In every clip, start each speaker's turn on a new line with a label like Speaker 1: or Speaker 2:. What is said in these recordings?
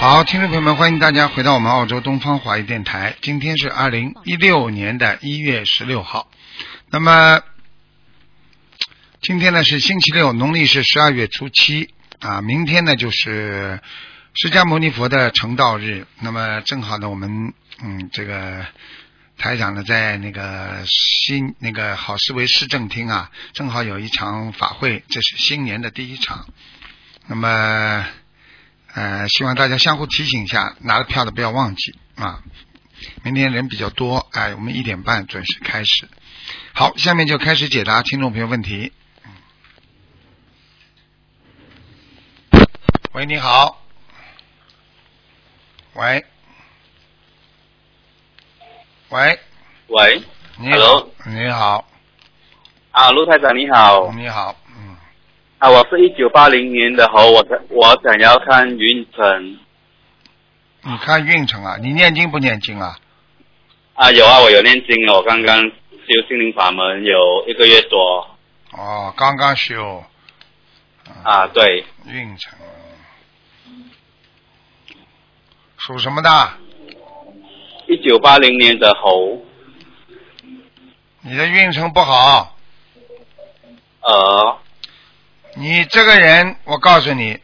Speaker 1: 好，听众朋友们，欢迎大家回到我们澳洲东方华语电台。今天是二零一六年的一月十六号，那么今天呢是星期六，农历是十二月初七啊，明天呢就是释迦牟尼佛的成道日。那么正好呢，我们嗯这个台长呢在那个新那个好思维市政厅啊，正好有一场法会，这是新年的第一场。那么呃，希望大家相互提醒一下，拿了票的不要忘记啊。明天人比较多，哎，我们一点半准时开始。好，下面就开始解答听众朋友问题。喂，你好。喂。喂，
Speaker 2: 喂，
Speaker 1: 你好
Speaker 2: Hello
Speaker 1: 你好，
Speaker 2: 啊，陆台长你好，
Speaker 1: 你好，嗯，
Speaker 2: 啊，我是一九八零年的猴，我想我想要看运程
Speaker 1: 你看运程啊？你念经不念经啊？
Speaker 2: 啊，有啊，我有念经哦，我刚刚修心灵法门有一个月多
Speaker 1: 哦，刚刚修。
Speaker 2: 啊，对，
Speaker 1: 运程属什么的？
Speaker 2: 一九八零年的猴，
Speaker 1: 你的运程不好，
Speaker 2: 呃，
Speaker 1: 你这个人，我告诉你，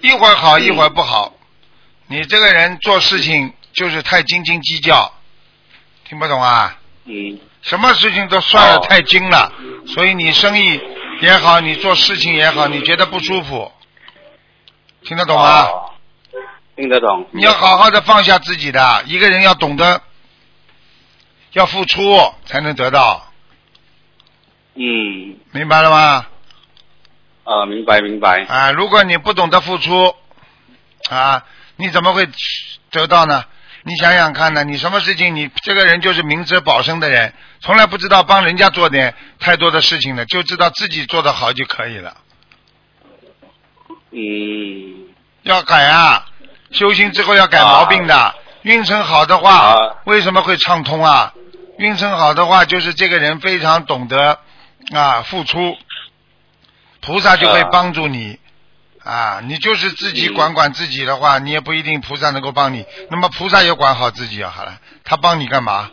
Speaker 1: 一会儿好
Speaker 2: 嗯
Speaker 1: 一会儿不好。你这个人做事情就是太斤斤计较，听不懂啊？
Speaker 2: 嗯，
Speaker 1: 什么事情都算的
Speaker 2: 哦
Speaker 1: 太精了，所以你生意也好，你做事情也好，你觉得不舒服，听得懂吗？
Speaker 2: 哦听得懂，
Speaker 1: 你要好好的放下自己的，一个人要懂得要付出才能得到，
Speaker 2: 嗯，
Speaker 1: 明白了吗？
Speaker 2: 呃，明白明白，
Speaker 1: 啊，如果你不懂得付出，啊，你怎么会得到呢？你想想看呢，你什么事情，你这个人就是明哲保身的人，从来不知道帮人家做点太多的事情的，就知道自己做得好就可以了。
Speaker 2: 嗯，
Speaker 1: 要改啊，修行之后要改毛病的。运程好的话，
Speaker 2: 啊
Speaker 1: 为什么会畅通啊？运程好的话，就是这个人非常懂得啊付出，菩萨就会
Speaker 2: 啊
Speaker 1: 帮助你啊。你就是自己
Speaker 2: 嗯
Speaker 1: 管管自己的话，你也不一定菩萨能够帮你。那么菩萨也管好自己啊，好了，他帮你干嘛？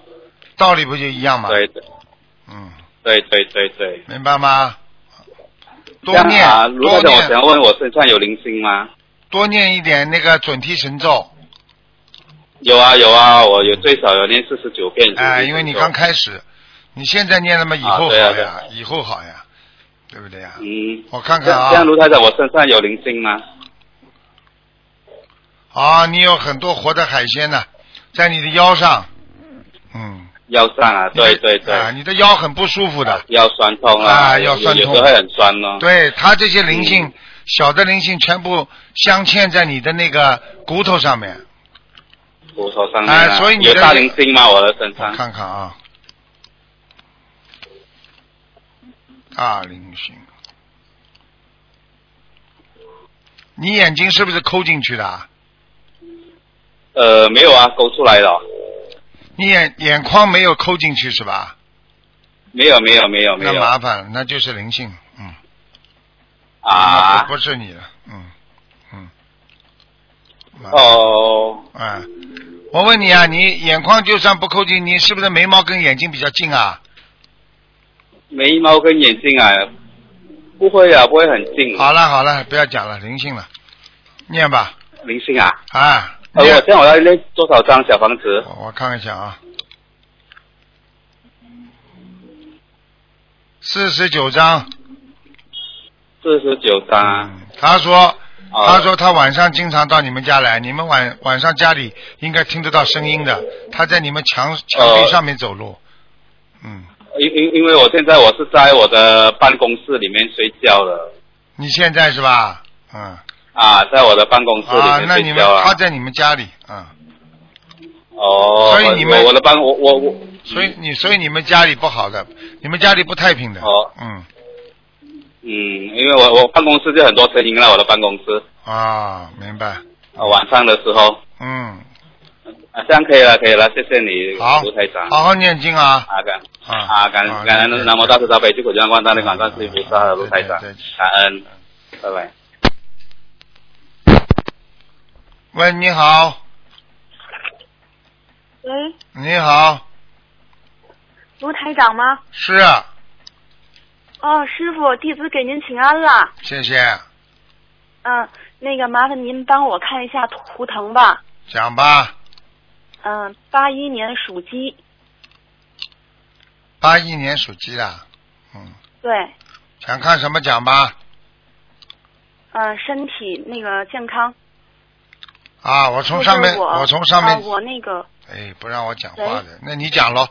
Speaker 1: 道理不就一样吗？
Speaker 2: 对对
Speaker 1: 嗯，
Speaker 2: 对对对对，
Speaker 1: 明白吗？多
Speaker 2: 这样啊，
Speaker 1: 念
Speaker 2: 卢
Speaker 1: 多
Speaker 2: 台长，我
Speaker 1: 念
Speaker 2: 想要问我身上有灵性吗？
Speaker 1: 多念一点那个准提神咒，
Speaker 2: 有啊有啊，我有最少有念四十九遍。
Speaker 1: 哎，因为你刚开始，你现在念了嘛，以后好
Speaker 2: 对啊
Speaker 1: 呀，
Speaker 2: 对
Speaker 1: 以后好呀，对不对呀？
Speaker 2: 嗯，
Speaker 1: 我看
Speaker 2: 这
Speaker 1: 看
Speaker 2: 样这样，
Speaker 1: 啊，
Speaker 2: 卢台长，我身上有灵性吗？
Speaker 1: 啊，你有很多活的海鲜呢、在你的腰上，嗯，
Speaker 2: 腰上啊，
Speaker 1: 你的
Speaker 2: 对对对，
Speaker 1: 啊，你的腰很不舒服的，
Speaker 2: 腰酸痛
Speaker 1: 啊
Speaker 2: 有
Speaker 1: 腰酸痛
Speaker 2: 有时候会很酸哦。
Speaker 1: 对它这些灵
Speaker 2: 嗯
Speaker 1: 性，小的灵性全部镶嵌在你的那个骨头上面，
Speaker 2: 骨头上面啊
Speaker 1: 哎所以你的
Speaker 2: 有大灵性吗？我的身
Speaker 1: 我
Speaker 2: 上
Speaker 1: 看看啊，大灵性，你眼睛是不是抠进去的啊？
Speaker 2: 呃没有啊，勾出来了，
Speaker 1: 你眼眼眶没有抠进去是吧？
Speaker 2: 没有没有没有没
Speaker 1: 那
Speaker 2: 有
Speaker 1: 麻烦了，那就是灵性，嗯，那
Speaker 2: 啊
Speaker 1: 不不是你的，嗯嗯，麻烦，
Speaker 2: 哦
Speaker 1: 哎，我问你啊，你眼眶就算不抠进，你是不是眉毛跟眼睛比较近啊？
Speaker 2: 眉毛跟眼睛啊，不会啊不会很近
Speaker 1: 好了好了，不要讲了，灵性了，念吧，
Speaker 2: 灵性啊。
Speaker 1: 啊，
Speaker 2: 呃，
Speaker 1: 念
Speaker 2: 我这样我要练多少张小房子？
Speaker 1: 我我看一下啊，四十九章，
Speaker 2: 四十九张啊。
Speaker 1: 嗯，他说。
Speaker 2: 哦
Speaker 1: 他说他晚上经常到你们家来，你们晚晚上家里应该听得到声音的。他在你们墙墙
Speaker 2: 啊
Speaker 1: 壁上面走路，嗯，
Speaker 2: 因因因为我现在我是在我的办公室里面睡觉了
Speaker 1: 你现在是吧？嗯
Speaker 2: 啊，在我的办公室
Speaker 1: 啊，
Speaker 2: 里面
Speaker 1: 那你
Speaker 2: 睡
Speaker 1: 们
Speaker 2: 觉
Speaker 1: 他在你们家里，嗯，
Speaker 2: 哦，
Speaker 1: 所以你们
Speaker 2: 我我的办我我我
Speaker 1: 所以你所以你们家里不好的，你们家里不太平的，
Speaker 2: 哦
Speaker 1: 嗯
Speaker 2: 嗯，因为我我办公室就很多声音了，我的办公室
Speaker 1: 啊，明白，
Speaker 2: 啊晚上的时候
Speaker 1: 嗯，
Speaker 2: 啊，这样可以了，可以了，谢谢你，
Speaker 1: 好
Speaker 2: 卢台长。
Speaker 1: 好好念经啊，
Speaker 2: 啊感
Speaker 1: 啊
Speaker 2: 啊感
Speaker 1: 好啊
Speaker 2: 感
Speaker 1: 再见
Speaker 2: 恩南无大慈大悲救苦救难广大灵感观世音菩萨卢台长，
Speaker 1: 再见再见
Speaker 2: 感恩，拜拜。
Speaker 1: 喂，你好，
Speaker 3: 喂，
Speaker 1: 你好，
Speaker 3: 卢台长吗？
Speaker 1: 是啊，
Speaker 3: 哦，师傅，弟子给您请安了。
Speaker 1: 谢谢，
Speaker 3: 嗯，那个麻烦您帮我看一下图腾吧。
Speaker 1: 讲吧。
Speaker 3: 嗯，八一年属鸡，
Speaker 1: 八一年属鸡的，嗯，
Speaker 3: 对，
Speaker 1: 想看什么讲吧？
Speaker 4: 呃
Speaker 3: 嗯，身体那个健康。
Speaker 1: 啊，我从
Speaker 3: 就是
Speaker 1: 上面，
Speaker 3: 我
Speaker 1: 我从上面
Speaker 3: 哦，我那个
Speaker 1: 哎，不让我讲话的，那你讲喽，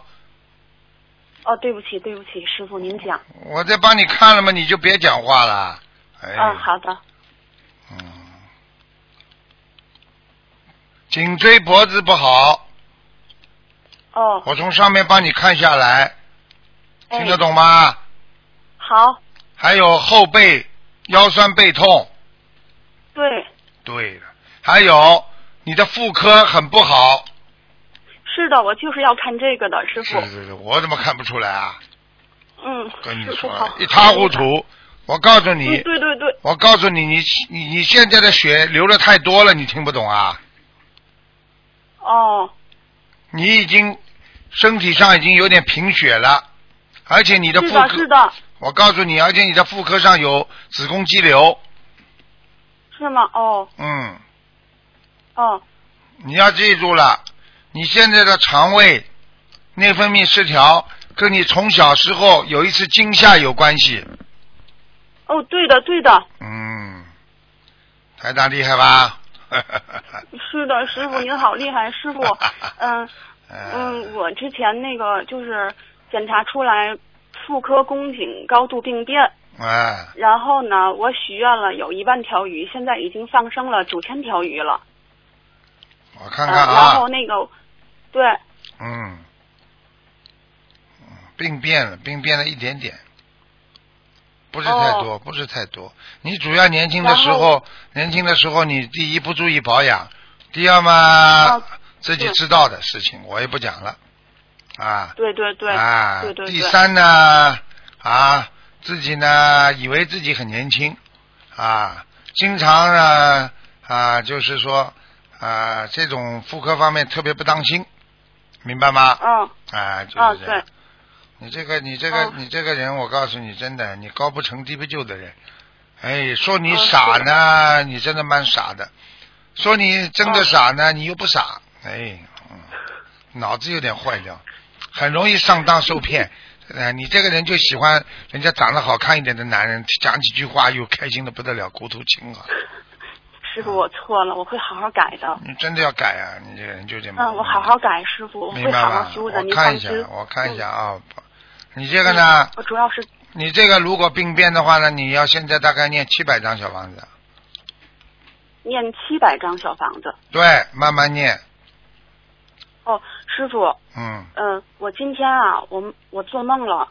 Speaker 3: 哦，对不起，对不起，师傅您讲。
Speaker 1: 我在帮你看了嘛，你就别讲话了。哎，
Speaker 3: 嗯，好的。
Speaker 1: 嗯，颈椎脖子不好，
Speaker 3: 哦，
Speaker 1: 我从上面帮你看下来，
Speaker 3: 哎
Speaker 1: 听得懂吗？
Speaker 3: 好，
Speaker 1: 还有后背腰酸背痛，
Speaker 3: 对，
Speaker 1: 对了，还有你的妇科很不好，
Speaker 3: 是的，我就是要看这个的，师
Speaker 1: 是
Speaker 3: 傅。
Speaker 1: 是是，我怎么看不出来啊？
Speaker 3: 嗯，
Speaker 1: 跟你
Speaker 3: 师傅
Speaker 1: 说啊
Speaker 3: 好
Speaker 1: 一塌糊。涂，我告诉
Speaker 3: 嗯，
Speaker 1: 你，
Speaker 3: 对对对，
Speaker 1: 我告诉你，你你你现在的血流的太多了，你听不懂啊？
Speaker 3: 哦，
Speaker 1: 你已经身体上已经有点贫血了，而且你的妇
Speaker 3: 是的，是
Speaker 1: 科，
Speaker 3: 的，
Speaker 1: 我告诉你，而且你的妇科上有子宫肌瘤，
Speaker 3: 是吗？哦，
Speaker 1: 嗯，
Speaker 3: 哦，
Speaker 1: 你要记住了，你现在的肠胃内分泌失调，跟你从小时候有一次惊吓有关系，
Speaker 3: 哦，对的，对的，
Speaker 1: 嗯，台长厉害吧？
Speaker 3: 是的，师傅您好厉害，师傅，嗯
Speaker 1: 哎
Speaker 3: 嗯，我之前那个就是检查出来妇科宫颈高度病变，
Speaker 1: 哎，
Speaker 3: 然后呢，我许愿了有一万条鱼，现在已经放生了九千条鱼了，
Speaker 1: 我看
Speaker 3: 嗯，
Speaker 1: 看啊。
Speaker 3: 然后那个，对，
Speaker 1: 嗯，嗯病变了，病变了一点点，不是太多，不是太多。你主要年轻的时
Speaker 3: 哦然
Speaker 1: 候，年轻的时候你第一不注意保养，第二嘛、
Speaker 3: 哦
Speaker 1: 自己
Speaker 3: 对
Speaker 1: 知道的事情，我也不讲了啊
Speaker 3: 对对对，
Speaker 1: 啊。
Speaker 3: 对对
Speaker 1: 第
Speaker 3: 对
Speaker 1: 三呢啊，自己呢以为自己很年轻啊，经常呢啊就是说啊这种妇科方面特别不当心，明白吗？
Speaker 3: 嗯
Speaker 1: 啊，就
Speaker 3: 嗯
Speaker 1: 是这样。
Speaker 3: 对，
Speaker 1: 你这个，你这个，
Speaker 3: 哦
Speaker 1: 你这个人，我告诉你，真的，你高不成低不就的人。哎，说你
Speaker 3: 哦
Speaker 1: 傻
Speaker 3: 是的
Speaker 1: 呢，你真的蛮傻的；说你真的
Speaker 3: 哦
Speaker 1: 傻呢，你又不傻。哎，嗯，脑子有点坏掉，很容易上当受骗。哎，你这个人就喜欢人家长得好看一点的男人，讲几句话又开心的不得了，骨头清啊！
Speaker 3: 师
Speaker 1: 嗯
Speaker 3: 傅我错了，我会好好改的，
Speaker 1: 你真的要改啊！你这个人就这么。
Speaker 3: 嗯，我好好改，师傅，我
Speaker 1: 明
Speaker 3: 会
Speaker 1: 白
Speaker 3: 好好
Speaker 1: 吧？
Speaker 3: 修的，
Speaker 1: 我
Speaker 3: 您
Speaker 1: 看
Speaker 3: 放
Speaker 1: 一下
Speaker 3: 心。，
Speaker 1: 我看一下
Speaker 3: 嗯
Speaker 1: 啊。你这个呢？
Speaker 3: 我主要是
Speaker 1: 你这个如果病变的话呢，你要现在大概念七百张小房子，
Speaker 3: 念七百张小房子。
Speaker 1: 对，慢慢念，
Speaker 3: 哦，师傅，
Speaker 1: 嗯，
Speaker 3: 嗯，我今天啊，我们我做梦了，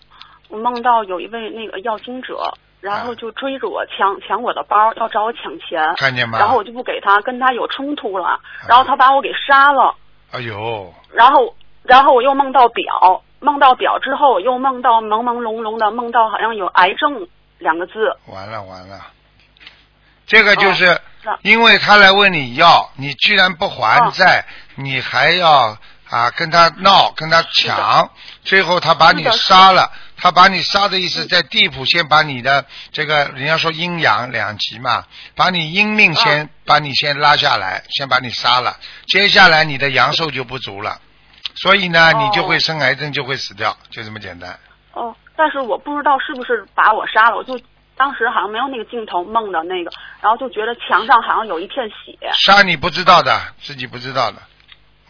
Speaker 3: 我梦到有一位那个要经者，然后就追着我抢抢我的包，要找我抢钱，
Speaker 1: 啊看见吗？啊
Speaker 3: 然后我就不给他，跟他有冲突了，然后他把我给杀了，
Speaker 1: 哎呦，
Speaker 3: 然后然后我又梦到表，梦到表之后我又梦到朦朦胧胧的，梦到好像有癌症两个字，
Speaker 1: 完了完了，这个就是、
Speaker 3: 哦那哦
Speaker 1: 因为他来问你要，你居然不还债，你还要啊跟他闹，跟他抢，最后他把你
Speaker 3: 嗯是的嗯
Speaker 1: 杀了，他把你杀的意思在地府先把你的这个人家说阴阳两极嘛，把你阴命先、
Speaker 3: 哦
Speaker 1: 把你先拉下来，先把你杀了，接下来你的阳寿就不足了，所以呢
Speaker 3: 哦
Speaker 1: 你就会生癌症，就会死掉，就这么简单。
Speaker 3: 哦，但是我不知道是不是把我杀了，我就当时好像没有那个镜头梦的那个，然后就觉得墙上好像有一片血，
Speaker 1: 杀你不知道的，自己不知道的，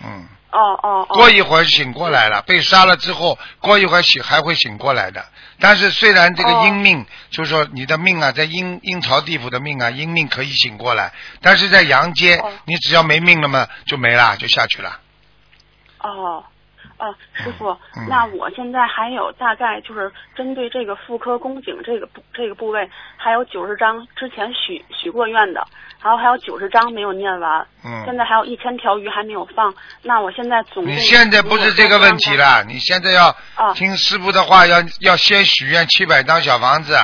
Speaker 1: 嗯。
Speaker 3: 哦哦哦嗯
Speaker 1: 过，一会儿醒过来了，被杀了之后，过一会儿醒还会醒过来的。但是虽然这个
Speaker 3: 哦
Speaker 1: 阴命，就是说你的命啊，在阴阴曹地府的命啊，阴命可以醒过来，但是在阳间，
Speaker 3: 哦
Speaker 1: 你只要没命了嘛，就没了，就下去了。
Speaker 3: 哦，呃，师傅，
Speaker 1: 嗯
Speaker 3: 那我现在还有大概就是针对这个妇科宫颈这个部这个部位，还有九十张之前许许过愿的，然后还有九十张没有念完，
Speaker 1: 嗯
Speaker 3: 现在还有一千条鱼还没有放。那我现在总共
Speaker 1: 你现在不是这个问题
Speaker 3: 如果
Speaker 1: 了，你现在要
Speaker 3: 放上。啊，
Speaker 1: 听师傅的话，要要啊先许愿七百张小房子，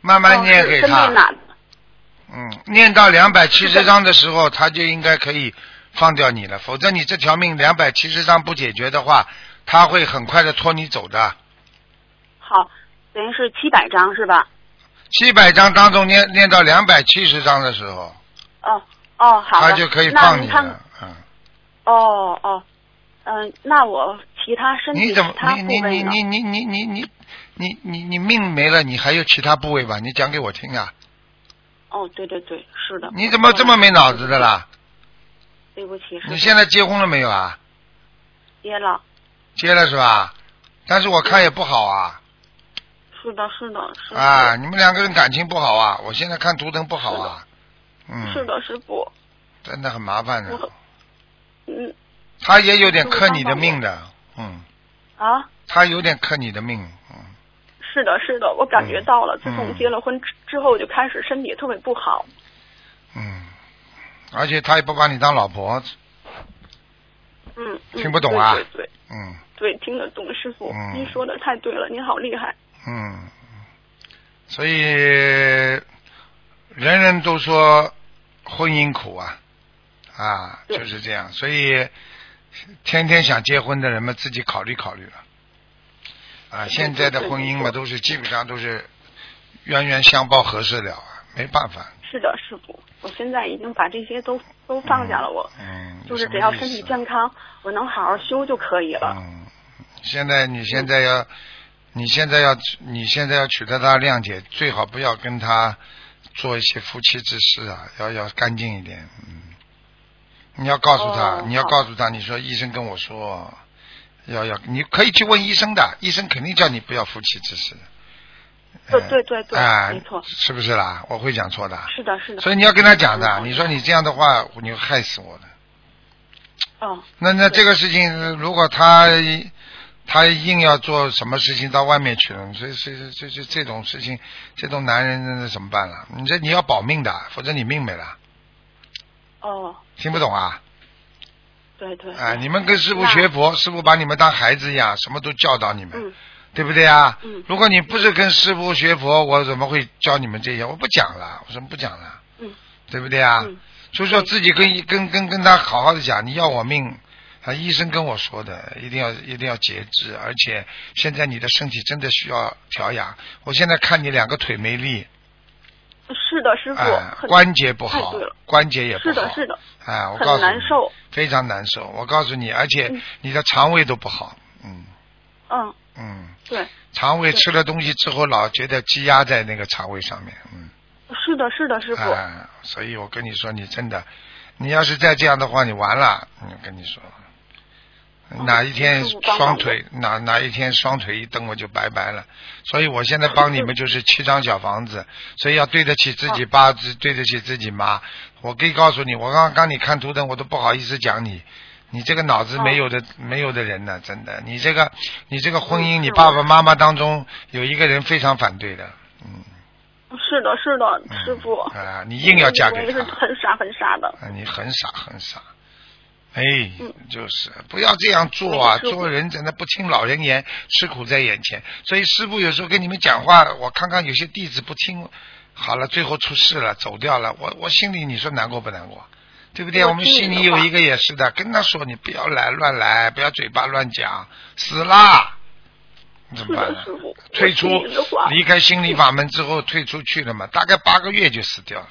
Speaker 1: 慢慢
Speaker 3: 哦
Speaker 1: 念
Speaker 3: 是
Speaker 1: 给
Speaker 3: 针
Speaker 1: 他。
Speaker 3: 对哪？
Speaker 1: 嗯，念到两百七十章的时候，他就应该可以放掉你了，否则你这条命两百七十章不解决的话，他会很快的拖你走的。
Speaker 3: 好，等于是七百张是吧？
Speaker 1: 七百章当中念念到两百七十章的时候，
Speaker 3: 哦哦，好的。
Speaker 1: 他就可以
Speaker 3: 那
Speaker 1: 放你
Speaker 3: 您看
Speaker 1: 了。嗯，
Speaker 3: 哦哦，嗯、那我其他身体
Speaker 1: 你怎么
Speaker 3: 其他
Speaker 1: 你
Speaker 3: 部
Speaker 1: 你
Speaker 3: 位
Speaker 1: 你
Speaker 3: 呢？
Speaker 1: 你你你你你你你你命没了，你还有其他部位吧？你讲给我听啊！
Speaker 3: 哦，对对对，是的。哦
Speaker 1: 你怎么这么没脑子的啦？
Speaker 3: 对不起，哦是
Speaker 1: 你现在结婚了没有啊？
Speaker 3: 接了。
Speaker 1: 结了是吧？但是我看也不好啊
Speaker 3: 是的，是的，是的，
Speaker 1: 啊！你们两个人感情不好啊！我现在看图腾不好啊，嗯，
Speaker 3: 是的，师傅，
Speaker 1: 真的很麻烦的、
Speaker 3: 我嗯
Speaker 1: 他也有点克你的命的，嗯，
Speaker 3: 啊，
Speaker 1: 他有点克你的命，嗯，
Speaker 3: 是的，是的，我感觉到了。自
Speaker 1: 嗯
Speaker 3: 从结了婚之之后，就开始身体特别不好。
Speaker 1: 嗯，而且他也不把你当老婆，
Speaker 3: 嗯，嗯
Speaker 1: 听不懂啊
Speaker 3: 对对对
Speaker 1: 嗯
Speaker 3: 对，听得懂，师傅，
Speaker 1: 嗯
Speaker 3: 您说的太对了，您好厉害。
Speaker 1: 嗯，所以人人都说婚姻苦啊，啊，
Speaker 3: 对
Speaker 1: 就是这样，所以天天想结婚的人们自己考虑考虑了。啊，现在的婚姻嘛，都是基本上都是冤冤相报何时了啊，没办法，
Speaker 3: 是的，师傅，我现在已经把这些都都放下了，我
Speaker 1: 嗯，
Speaker 3: 就是
Speaker 1: 有什么
Speaker 3: 只要
Speaker 1: 意
Speaker 3: 身体
Speaker 1: 思
Speaker 3: 健康，我能好好修就可以了。
Speaker 1: 嗯，现在你现在
Speaker 3: 嗯
Speaker 1: 要，你现在要，你现在要取得他的谅解，最好不要跟他做一些夫妻之事啊，要要干净一点。嗯，你要告诉他，
Speaker 3: 哦
Speaker 1: 你要
Speaker 3: 好
Speaker 1: 告诉他，你说医生跟我说，要要，你可以去问医生的，医生肯定叫你不要夫妻之事的。
Speaker 3: 对
Speaker 1: 呃
Speaker 3: 对对对
Speaker 1: 啊、
Speaker 3: 没错
Speaker 1: 是不是啦？我会讲错的。
Speaker 3: 是的， 是的。
Speaker 1: 所以你要跟他讲的，
Speaker 3: 嗯
Speaker 1: 你说你这样的话，你会害死我的。
Speaker 3: 哦，
Speaker 1: 那那
Speaker 3: 对
Speaker 1: 这个事情，如果他他硬要做什么事情到外面去了，所以所以所以所以这种事情，这种男人那那怎么办了？你这你要保命的，否则你命没了。
Speaker 3: 哦，
Speaker 1: 听不懂啊？
Speaker 3: 对对。
Speaker 1: 啊、
Speaker 3: 对
Speaker 1: 你们跟师傅
Speaker 3: 那
Speaker 1: 学佛，师傅把你们当孩子一样，什么都教导你们，
Speaker 3: 啊嗯
Speaker 1: 对不对啊？
Speaker 3: 嗯
Speaker 1: 如果你不是跟师傅学佛，我怎么会教你们这些？我不讲了，我怎么不讲了？
Speaker 3: 嗯，
Speaker 1: 对不对啊？
Speaker 3: 嗯
Speaker 1: 所以说自己跟跟跟跟他好好的讲，你要我命，啊，医生跟我说的，一定要一定要节制，而且现在你的身体真的需要调养。我现在看你两个腿没力，
Speaker 3: 是的，师傅
Speaker 1: 啊、，
Speaker 3: 很
Speaker 1: 关节不好
Speaker 3: 太对了，
Speaker 1: 关节也不好，
Speaker 3: 是的，是的，
Speaker 1: 啊，我
Speaker 3: 很
Speaker 1: 告诉你，
Speaker 3: 难受
Speaker 1: 非常难受。我告诉你，而且
Speaker 3: 嗯
Speaker 1: 你的肠胃都不好，嗯
Speaker 3: 嗯，
Speaker 1: 嗯，
Speaker 3: 对，
Speaker 1: 肠胃
Speaker 3: 对
Speaker 1: 吃了东西之后老觉得积压在那个肠胃上面，嗯。
Speaker 3: 是的，是的，师傅，
Speaker 1: 啊，所以我跟你说，你真的，你要是再这样的话，你完了。我跟你说，哪一天
Speaker 3: 师傅帮
Speaker 1: 双
Speaker 3: 帮
Speaker 1: 腿哪哪一天双腿一蹬，我就拜拜了。所以我现在帮你们就是七张小房子，所以要对得起自己八字，对得起自己妈。我可以告诉你，我刚刚你看图腾，我都不好意思讲你。你这个脑子没有的、没有的人呢、真的，你这个你这个婚姻，
Speaker 3: 嗯
Speaker 1: 你
Speaker 3: 是
Speaker 1: 爸
Speaker 3: 我
Speaker 1: 爸妈妈当中有一个人非常反对的，嗯，
Speaker 3: 是的，是的，
Speaker 1: 嗯
Speaker 3: 师傅，嗯
Speaker 1: 啊，你硬要嫁给他，
Speaker 3: 我也是很傻很傻的，
Speaker 1: 啊，你很傻很傻。哎，
Speaker 3: 嗯
Speaker 1: 就是不要这样做啊！
Speaker 3: 哎师傅
Speaker 1: 做人真的不听老人言，吃苦在眼前。所以师傅有时候跟你们讲话，我看看有些弟子不听，好了，最后出事了，走掉了，我我心里你说难过不难过？对不对？
Speaker 3: 我
Speaker 1: 我们
Speaker 3: 听
Speaker 1: 悉尼
Speaker 3: 你的
Speaker 1: 有
Speaker 3: 话
Speaker 1: 一个也是的，跟他说你不要来乱来，不要嘴巴乱讲，死啦！你怎
Speaker 3: 是
Speaker 1: 么办
Speaker 3: 的，
Speaker 1: 呢？
Speaker 3: 师傅，
Speaker 1: 退出
Speaker 3: 我听您的话，
Speaker 1: 离开心理法门之后退出去了嘛，大概八个月就死掉了。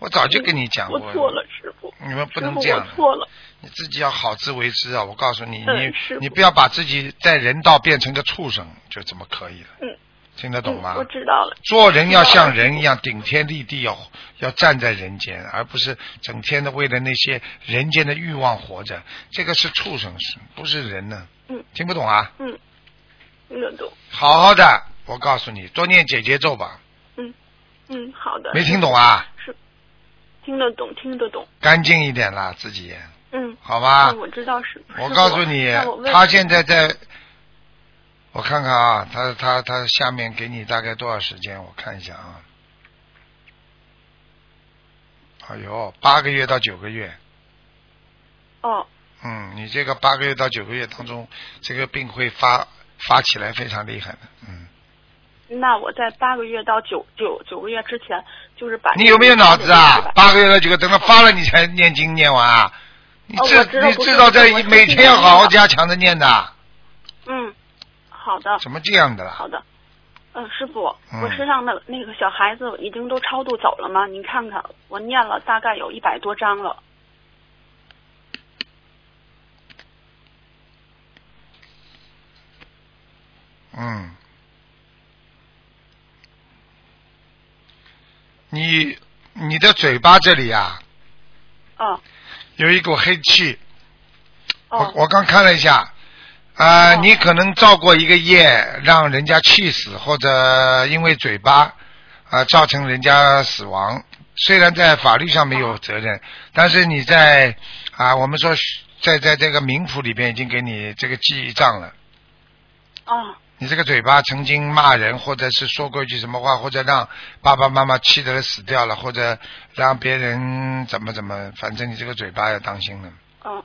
Speaker 1: 我早就跟你讲过
Speaker 3: 嗯我错了，师傅，
Speaker 1: 你们不
Speaker 3: 师
Speaker 1: 能
Speaker 3: 傅，
Speaker 1: 这样
Speaker 3: 我
Speaker 1: 的，
Speaker 3: 错了，
Speaker 1: 你自己要好自为之啊！我告诉你，
Speaker 3: 嗯
Speaker 1: 你
Speaker 3: 是
Speaker 1: 你不要把自己在人道变成个畜生，就这么可以了。
Speaker 3: 嗯，
Speaker 1: 听得懂吗
Speaker 3: 嗯？我知道了，
Speaker 1: 做人要像人一样顶天立地，要要站在人间，而不是整天的为了那些人间的欲望活着。这个是畜生，是不是人呢？
Speaker 3: 嗯，
Speaker 1: 听不懂啊？
Speaker 3: 嗯，听得懂，
Speaker 1: 好好的，我告诉你，多念姐姐咒吧。
Speaker 3: 嗯，好的，
Speaker 1: 没听懂啊？
Speaker 3: 听得懂，听得懂，
Speaker 1: 干净一点啦，自己
Speaker 3: 嗯，
Speaker 1: 好吧
Speaker 3: 嗯？我知道师，
Speaker 1: 我
Speaker 3: 师
Speaker 1: 告
Speaker 3: 傅
Speaker 1: 诉你
Speaker 3: 那我，问
Speaker 1: 他现在在，我看看啊，他他他下面给你大概多少时间？我看一下啊。哎呦，八个月到九个月，
Speaker 3: 哦，
Speaker 1: 嗯，你这个八个月到九个月当中，这个病会发发起来非常厉害的，嗯，
Speaker 3: 那我在八个月到九九九个月之前，就是把
Speaker 1: 你有没有脑子啊？八个月到九个，等到发了你才念经念完啊？你
Speaker 3: 哦
Speaker 1: 至、
Speaker 3: 我知道
Speaker 1: 你
Speaker 3: 不是
Speaker 1: 至少在
Speaker 3: 我是
Speaker 1: 每
Speaker 3: 听
Speaker 1: 天要
Speaker 3: 你
Speaker 1: 好好
Speaker 3: 的
Speaker 1: 加强的念的，
Speaker 3: 嗯，好的，
Speaker 1: 怎么这样的啦？
Speaker 3: 好的。嗯，师傅，
Speaker 1: 嗯
Speaker 3: 我身上的那个小孩子已经都超度走了吗？您看看，我念了大概有一百多章了。
Speaker 1: 嗯，你你的嘴巴这里啊
Speaker 3: 嗯，
Speaker 1: 有一股黑气，我
Speaker 3: 哦，
Speaker 1: 我刚看了一下，啊、
Speaker 3: 哦
Speaker 1: 你可能造过一个业，让人家气死，或者因为嘴巴啊、造成人家死亡。虽然在法律上没有责任，
Speaker 3: 哦
Speaker 1: 但是你在啊、我们说在在这个冥府里边已经给你这个记账了。
Speaker 3: 哦，
Speaker 1: 你这个嘴巴曾经骂人，或者是说过一句什么话，或者让爸爸妈妈气得死掉了，或者让别人怎么怎么，反正你这个嘴巴要当心了。
Speaker 3: 嗯，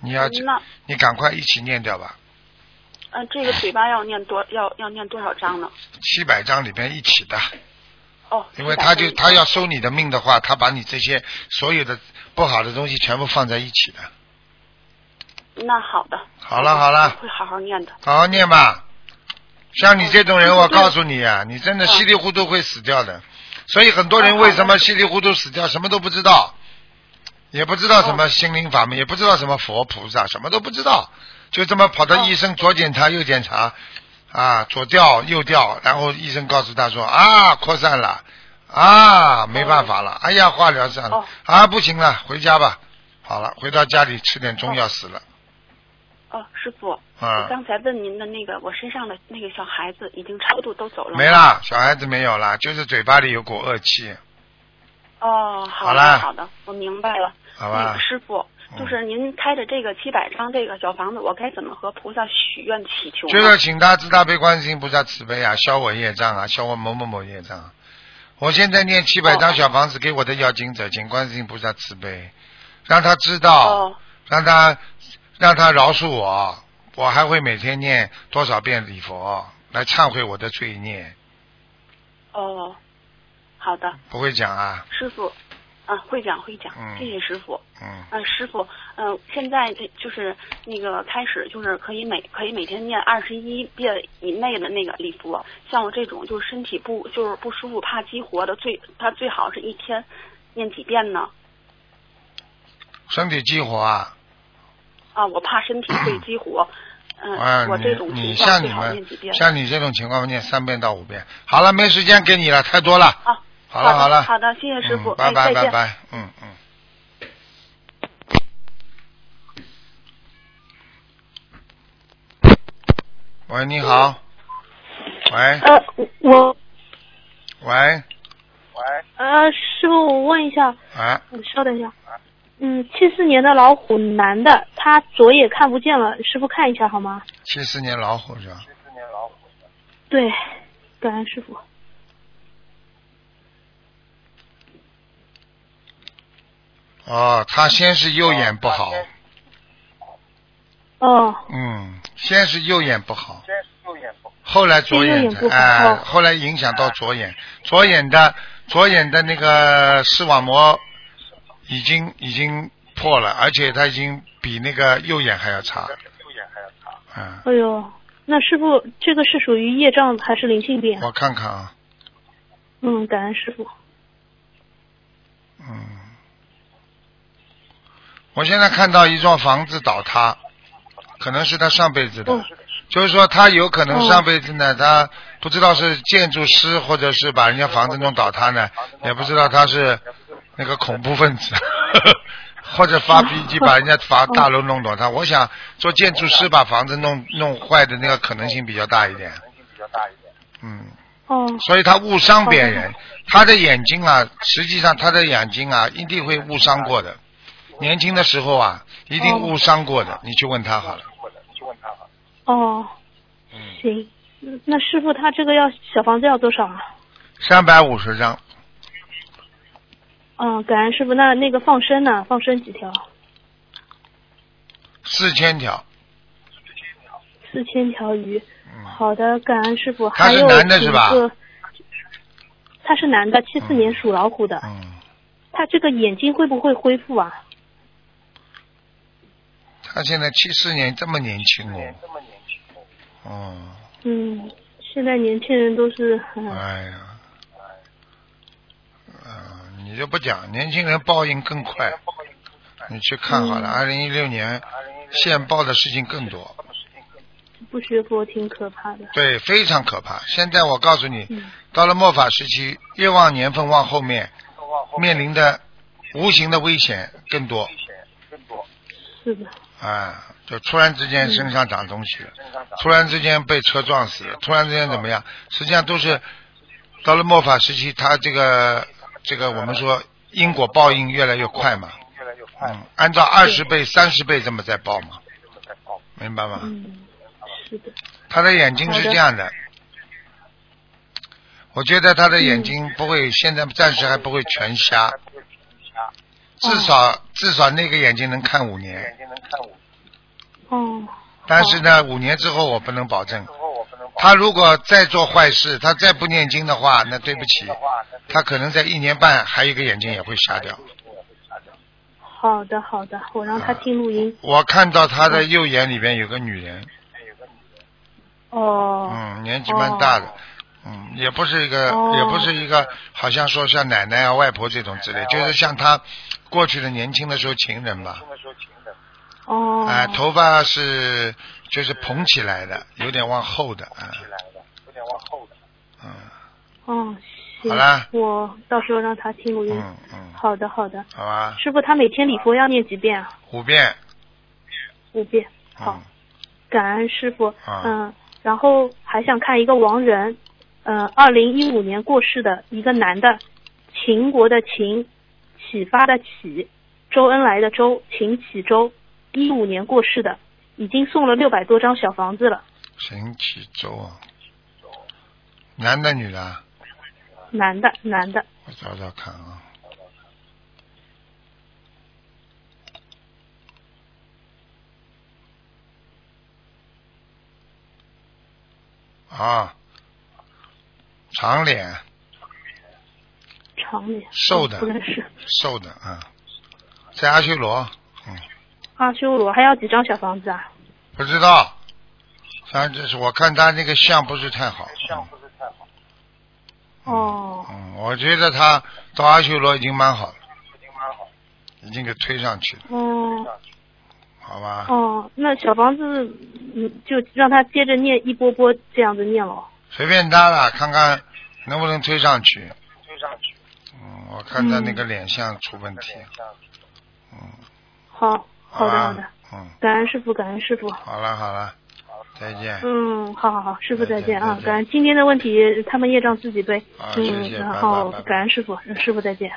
Speaker 1: 你要
Speaker 3: 那
Speaker 1: 你赶快一起念掉吧。
Speaker 3: 嗯、这个嘴巴要念多要要念多少章呢？
Speaker 1: 七百张里边一起的，
Speaker 3: 哦，
Speaker 1: 因为
Speaker 3: 100
Speaker 1: 他就
Speaker 3: 章
Speaker 1: 他要收你的命的话，他把你这些所有的不好的东西全部放在一起的。
Speaker 3: 那好的。
Speaker 1: 好了好了
Speaker 3: 我会好好念的。
Speaker 1: 好好念吧。像你这种人，
Speaker 3: 嗯
Speaker 1: 我
Speaker 3: 对
Speaker 1: 告诉你啊，你真的
Speaker 3: 嗯
Speaker 1: 稀里糊涂会死掉的。所以很多人
Speaker 3: 嗯
Speaker 1: 为什
Speaker 3: 好
Speaker 1: 么稀里糊涂死掉，什么都不知道，也不知道什
Speaker 3: 哦
Speaker 1: 么心灵法门，也不知道什么佛菩萨，什么都不知道，就这么跑到
Speaker 3: 嗯
Speaker 1: 医生左检查右检查，啊，左调右调，然后医生告诉他说啊，扩散了，啊，没办法了，哎呀，化疗上了
Speaker 3: 哦，
Speaker 1: 啊，不行了，回家吧。好了，回到家里吃点中药死了，
Speaker 3: 哦，师傅，
Speaker 1: 啊
Speaker 3: 我。刚才问您的那个，我身上的那个小孩子已经超度都走了吗
Speaker 1: 没。啦，小孩子没有啦，就是嘴巴里有股恶气，
Speaker 3: 哦，
Speaker 1: 好
Speaker 3: 好
Speaker 1: 啦
Speaker 3: 的，好的，我明白了。
Speaker 1: 好
Speaker 3: 那
Speaker 1: 吧
Speaker 3: 个？师傅，
Speaker 1: 嗯
Speaker 3: 就是您开的这个七百张这个小房子，我该怎么和菩萨许愿祈求呢？
Speaker 1: 就是请他自大悲观世音菩萨慈悲啊，消我业障啊，消我某某某业障啊。我现在念七百张
Speaker 3: 哦
Speaker 1: 小房子给我的要经者，请观世音菩萨慈悲，让他知道，
Speaker 3: 哦
Speaker 1: 让他让他饶恕我，我还会每天念多少遍礼佛来忏悔我的罪孽，
Speaker 3: 哦，好的，
Speaker 1: 不会讲啊，
Speaker 3: 师傅，啊，会讲会讲
Speaker 1: 嗯，
Speaker 3: 谢谢师傅。
Speaker 1: 嗯，
Speaker 3: 嗯，师傅，嗯、现在这就是那个开始，就是可以每可以每天念二十一遍以内的那个礼佛。像我这种就是身体不就是不舒服、怕激活的，最他最好是一天念几遍呢？
Speaker 1: 身体激活啊，
Speaker 3: 啊，我怕身体 会激活。嗯、
Speaker 1: 啊，
Speaker 3: 我这
Speaker 1: 你
Speaker 3: 种
Speaker 1: 你
Speaker 3: 情况
Speaker 1: 像
Speaker 3: 最
Speaker 1: 你
Speaker 3: 好念几
Speaker 1: 们
Speaker 3: 遍。
Speaker 1: 像你这种情况念三遍到五遍，好了，没时间给你了，太多了。
Speaker 3: 啊，
Speaker 1: 好了
Speaker 3: 的
Speaker 1: 了，
Speaker 3: 好的，谢谢师傅，
Speaker 1: 嗯拜拜
Speaker 3: 哎，再
Speaker 1: 拜
Speaker 3: 见。
Speaker 1: 拜，嗯嗯。喂，你好。
Speaker 3: 嗯
Speaker 1: 喂
Speaker 5: 呃，我
Speaker 1: 喂，
Speaker 5: 呃，师傅，我问一下，
Speaker 1: 啊，
Speaker 5: 你稍等一下。嗯，七四年的老虎男的，他左眼看不见了，师傅看一下好吗？
Speaker 1: 七四年老虎是吧？
Speaker 5: 对，感恩师傅。
Speaker 1: 哦，他先是右眼不好，
Speaker 5: 哦，
Speaker 1: 嗯，先是右眼不好，
Speaker 6: 先是右眼不好，
Speaker 1: 后来左眼
Speaker 5: 先右眼不
Speaker 1: 才
Speaker 5: 好
Speaker 1: 哎、
Speaker 5: 哦
Speaker 1: 后来影响到左眼，左眼的左眼的那个视网膜已经已经破了，而且它已经比那个右眼还要差，
Speaker 6: 右眼还要差。
Speaker 1: 嗯，
Speaker 5: 哎呦，那师傅这个是属于业障还是灵性病？
Speaker 1: 我看看啊，
Speaker 5: 嗯，感恩师傅。
Speaker 1: 嗯，我现在看到一幢房子倒塌，可能是他上辈子的，
Speaker 5: 哦
Speaker 1: 就是说他有可能
Speaker 5: 哦
Speaker 1: 上辈子呢，他不知道是建筑师或者是把人家房子弄倒塌呢，
Speaker 5: 哦
Speaker 1: 也不知道他是那个恐怖分 子，或者发脾气把人家房
Speaker 5: 哦
Speaker 1: 大楼弄倒塌。我想做建筑师把房子弄弄坏的那个可能性比较大一点，
Speaker 6: 可能性比较大一点。
Speaker 1: 嗯。
Speaker 5: 哦，
Speaker 1: 所以他误伤别
Speaker 5: 好
Speaker 1: 人，他的眼睛啊，实际上他的眼睛啊，一定会误伤过的。年轻的时候啊，一定误伤过
Speaker 6: 哦
Speaker 1: 的。你去问他好了。
Speaker 6: 或者你去问他吧。
Speaker 5: 哦，
Speaker 1: 嗯，
Speaker 5: 行。嗯那师傅他这个要小房子要多少啊？
Speaker 1: 三百五十张，
Speaker 5: 嗯，感恩师傅。那那个放生呢？放生几条？
Speaker 1: 四千条。
Speaker 5: 四千条鱼。好的，感恩师傅。
Speaker 1: 嗯他
Speaker 5: 还
Speaker 1: 是
Speaker 5: 有
Speaker 1: 男的是
Speaker 5: 一
Speaker 1: 吧
Speaker 5: 个？他是男的，七四年属老虎的。
Speaker 1: 嗯，
Speaker 5: 他这个眼睛会不会恢复啊？
Speaker 1: 他现在七四年这么年轻
Speaker 6: 也
Speaker 1: 哦，
Speaker 6: 这么年轻，
Speaker 1: 哦，
Speaker 5: 嗯，现在年轻人都是嗯很、
Speaker 1: 哎呀，啊，你就不讲，年轻人报应更快，你去看好
Speaker 6: 嗯
Speaker 1: 了，二零一六年
Speaker 6: 二零一六
Speaker 1: 现报的事情更多，
Speaker 6: 做的事情更
Speaker 5: 不学佛挺可怕的。
Speaker 1: 对，非常可怕。现在我告诉你，
Speaker 5: 嗯
Speaker 1: 到了末法时期，越往年份往后面，
Speaker 6: 多，往后
Speaker 1: 面临的无形的危险更多
Speaker 6: 危险更多，
Speaker 5: 是的，
Speaker 1: 啊！就突然之间身上长东西，
Speaker 6: 嗯身上长
Speaker 1: 突然之间被车撞死，突然之间怎么样？实际上都是到了末法时期，它这个这个我们说因果报应越来越快嘛，
Speaker 6: 越来越快，
Speaker 1: 嗯，按照二十倍、三十倍这么在报嘛，
Speaker 6: 这么在报，
Speaker 1: 明白吗？
Speaker 5: 嗯，是的，
Speaker 1: 他的眼睛是这样的，我觉得他的眼睛不会，现在暂时还不会全瞎
Speaker 6: 还，不会停一下，
Speaker 1: 至少至少那个眼睛能看五年，
Speaker 6: 眼睛能看我，
Speaker 5: 哦，
Speaker 1: 但是呢，五年嗯之后我不能保证
Speaker 6: 之。后我不能保
Speaker 1: 他如果再做坏事，他再不念经的话，那对不起，
Speaker 6: 的话，那
Speaker 1: 他可能在一年半还有一个眼睛也会瞎掉。
Speaker 5: 好的好的，我让
Speaker 1: 嗯
Speaker 5: 他听录音。
Speaker 1: 我看到他的右眼里边有个女人，
Speaker 6: 有个女的，
Speaker 5: 哦，
Speaker 1: 嗯，年纪蛮大的
Speaker 5: 哦，
Speaker 1: 嗯，也不是一个，
Speaker 5: 哦
Speaker 1: 也不是一个，好像说像奶奶啊、外婆这种之
Speaker 5: 哦
Speaker 1: 类，就是像他过去的年轻的时候情人吧
Speaker 6: 那，个时候情人，
Speaker 5: 哦，
Speaker 1: 啊、头发是就是蓬起来的，有点往后的，啊、
Speaker 6: 起来的，有点往后的，
Speaker 1: 嗯
Speaker 5: 哦，行
Speaker 1: 好啦
Speaker 5: 我到时候让他听录音。
Speaker 1: 嗯嗯，
Speaker 5: 好的好的，
Speaker 1: 好啊吧，
Speaker 5: 师傅他每天礼佛要念几遍啊？
Speaker 1: 五遍，
Speaker 5: 五遍。好。
Speaker 1: 嗯，
Speaker 5: 感恩师傅，
Speaker 1: 啊
Speaker 5: 嗯、然后还想看一个亡人，呃，二零一五年过世的一个男的，秦国的秦，启发的启，周恩来的周，秦启周，一五年过世的，已经送了六百多张小房子了，
Speaker 1: 神奇周啊，男的女的啊，
Speaker 5: 男的，男的，
Speaker 1: 我找找看啊。啊，长脸，
Speaker 5: 长脸，
Speaker 1: 瘦的
Speaker 5: 嗯不认识，
Speaker 1: 瘦的啊，在阿修罗，嗯，
Speaker 5: 阿修罗还要几张小房子啊？
Speaker 1: 不知道，反正就是我看他那个相不是太好，
Speaker 6: 相不是太好，
Speaker 5: 哦，
Speaker 1: 嗯，我觉得他到阿修罗已经蛮好了，
Speaker 6: 已经蛮好，
Speaker 1: 已经给推上去了，
Speaker 5: 哦，
Speaker 1: 啊好吧？
Speaker 5: 哦，那小房子，嗯，就让他接着念一波波这样子念哦喽。
Speaker 1: 随便他了，看看能不能推上去。
Speaker 6: 追上去，
Speaker 1: 嗯，我看他那个脸相出问题。
Speaker 6: 脸上去，
Speaker 1: 嗯，
Speaker 5: 好，好的，好
Speaker 1: 吧
Speaker 5: 的。。
Speaker 1: 嗯，
Speaker 5: 感恩师傅，感恩师傅。
Speaker 1: 好了好了，再见。
Speaker 5: 嗯，好好好，师傅再
Speaker 1: 哎再见
Speaker 5: 见啊
Speaker 1: 再！见
Speaker 5: 感恩今天的问题，他们业障自己背。
Speaker 1: 啊谢
Speaker 5: 嗯，
Speaker 1: 谢
Speaker 5: 然
Speaker 1: 拜
Speaker 5: 后
Speaker 1: 拜拜拜
Speaker 5: 感恩师傅，嗯师傅再见。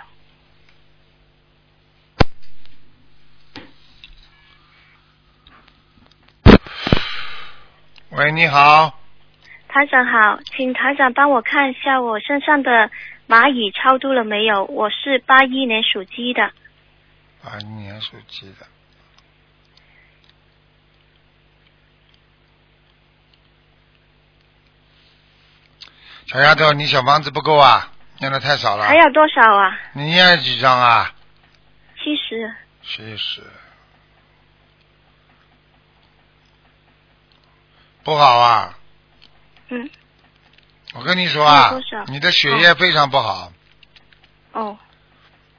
Speaker 1: 喂，你好，
Speaker 4: 台长好，请台长帮我看一下我身上的蚂蚁超度了没有？我是八一年属鸡的，
Speaker 1: 啊，你年属鸡的。小丫头，你小房子不够啊，念的太少了
Speaker 5: 哎
Speaker 4: 还。有多少啊？
Speaker 1: 你念了几张啊？
Speaker 4: 七十。
Speaker 1: 其实不好啊！
Speaker 4: 嗯，
Speaker 1: 我跟你说啊
Speaker 4: 那多少，
Speaker 1: 你的血液非常不好，
Speaker 4: 哦，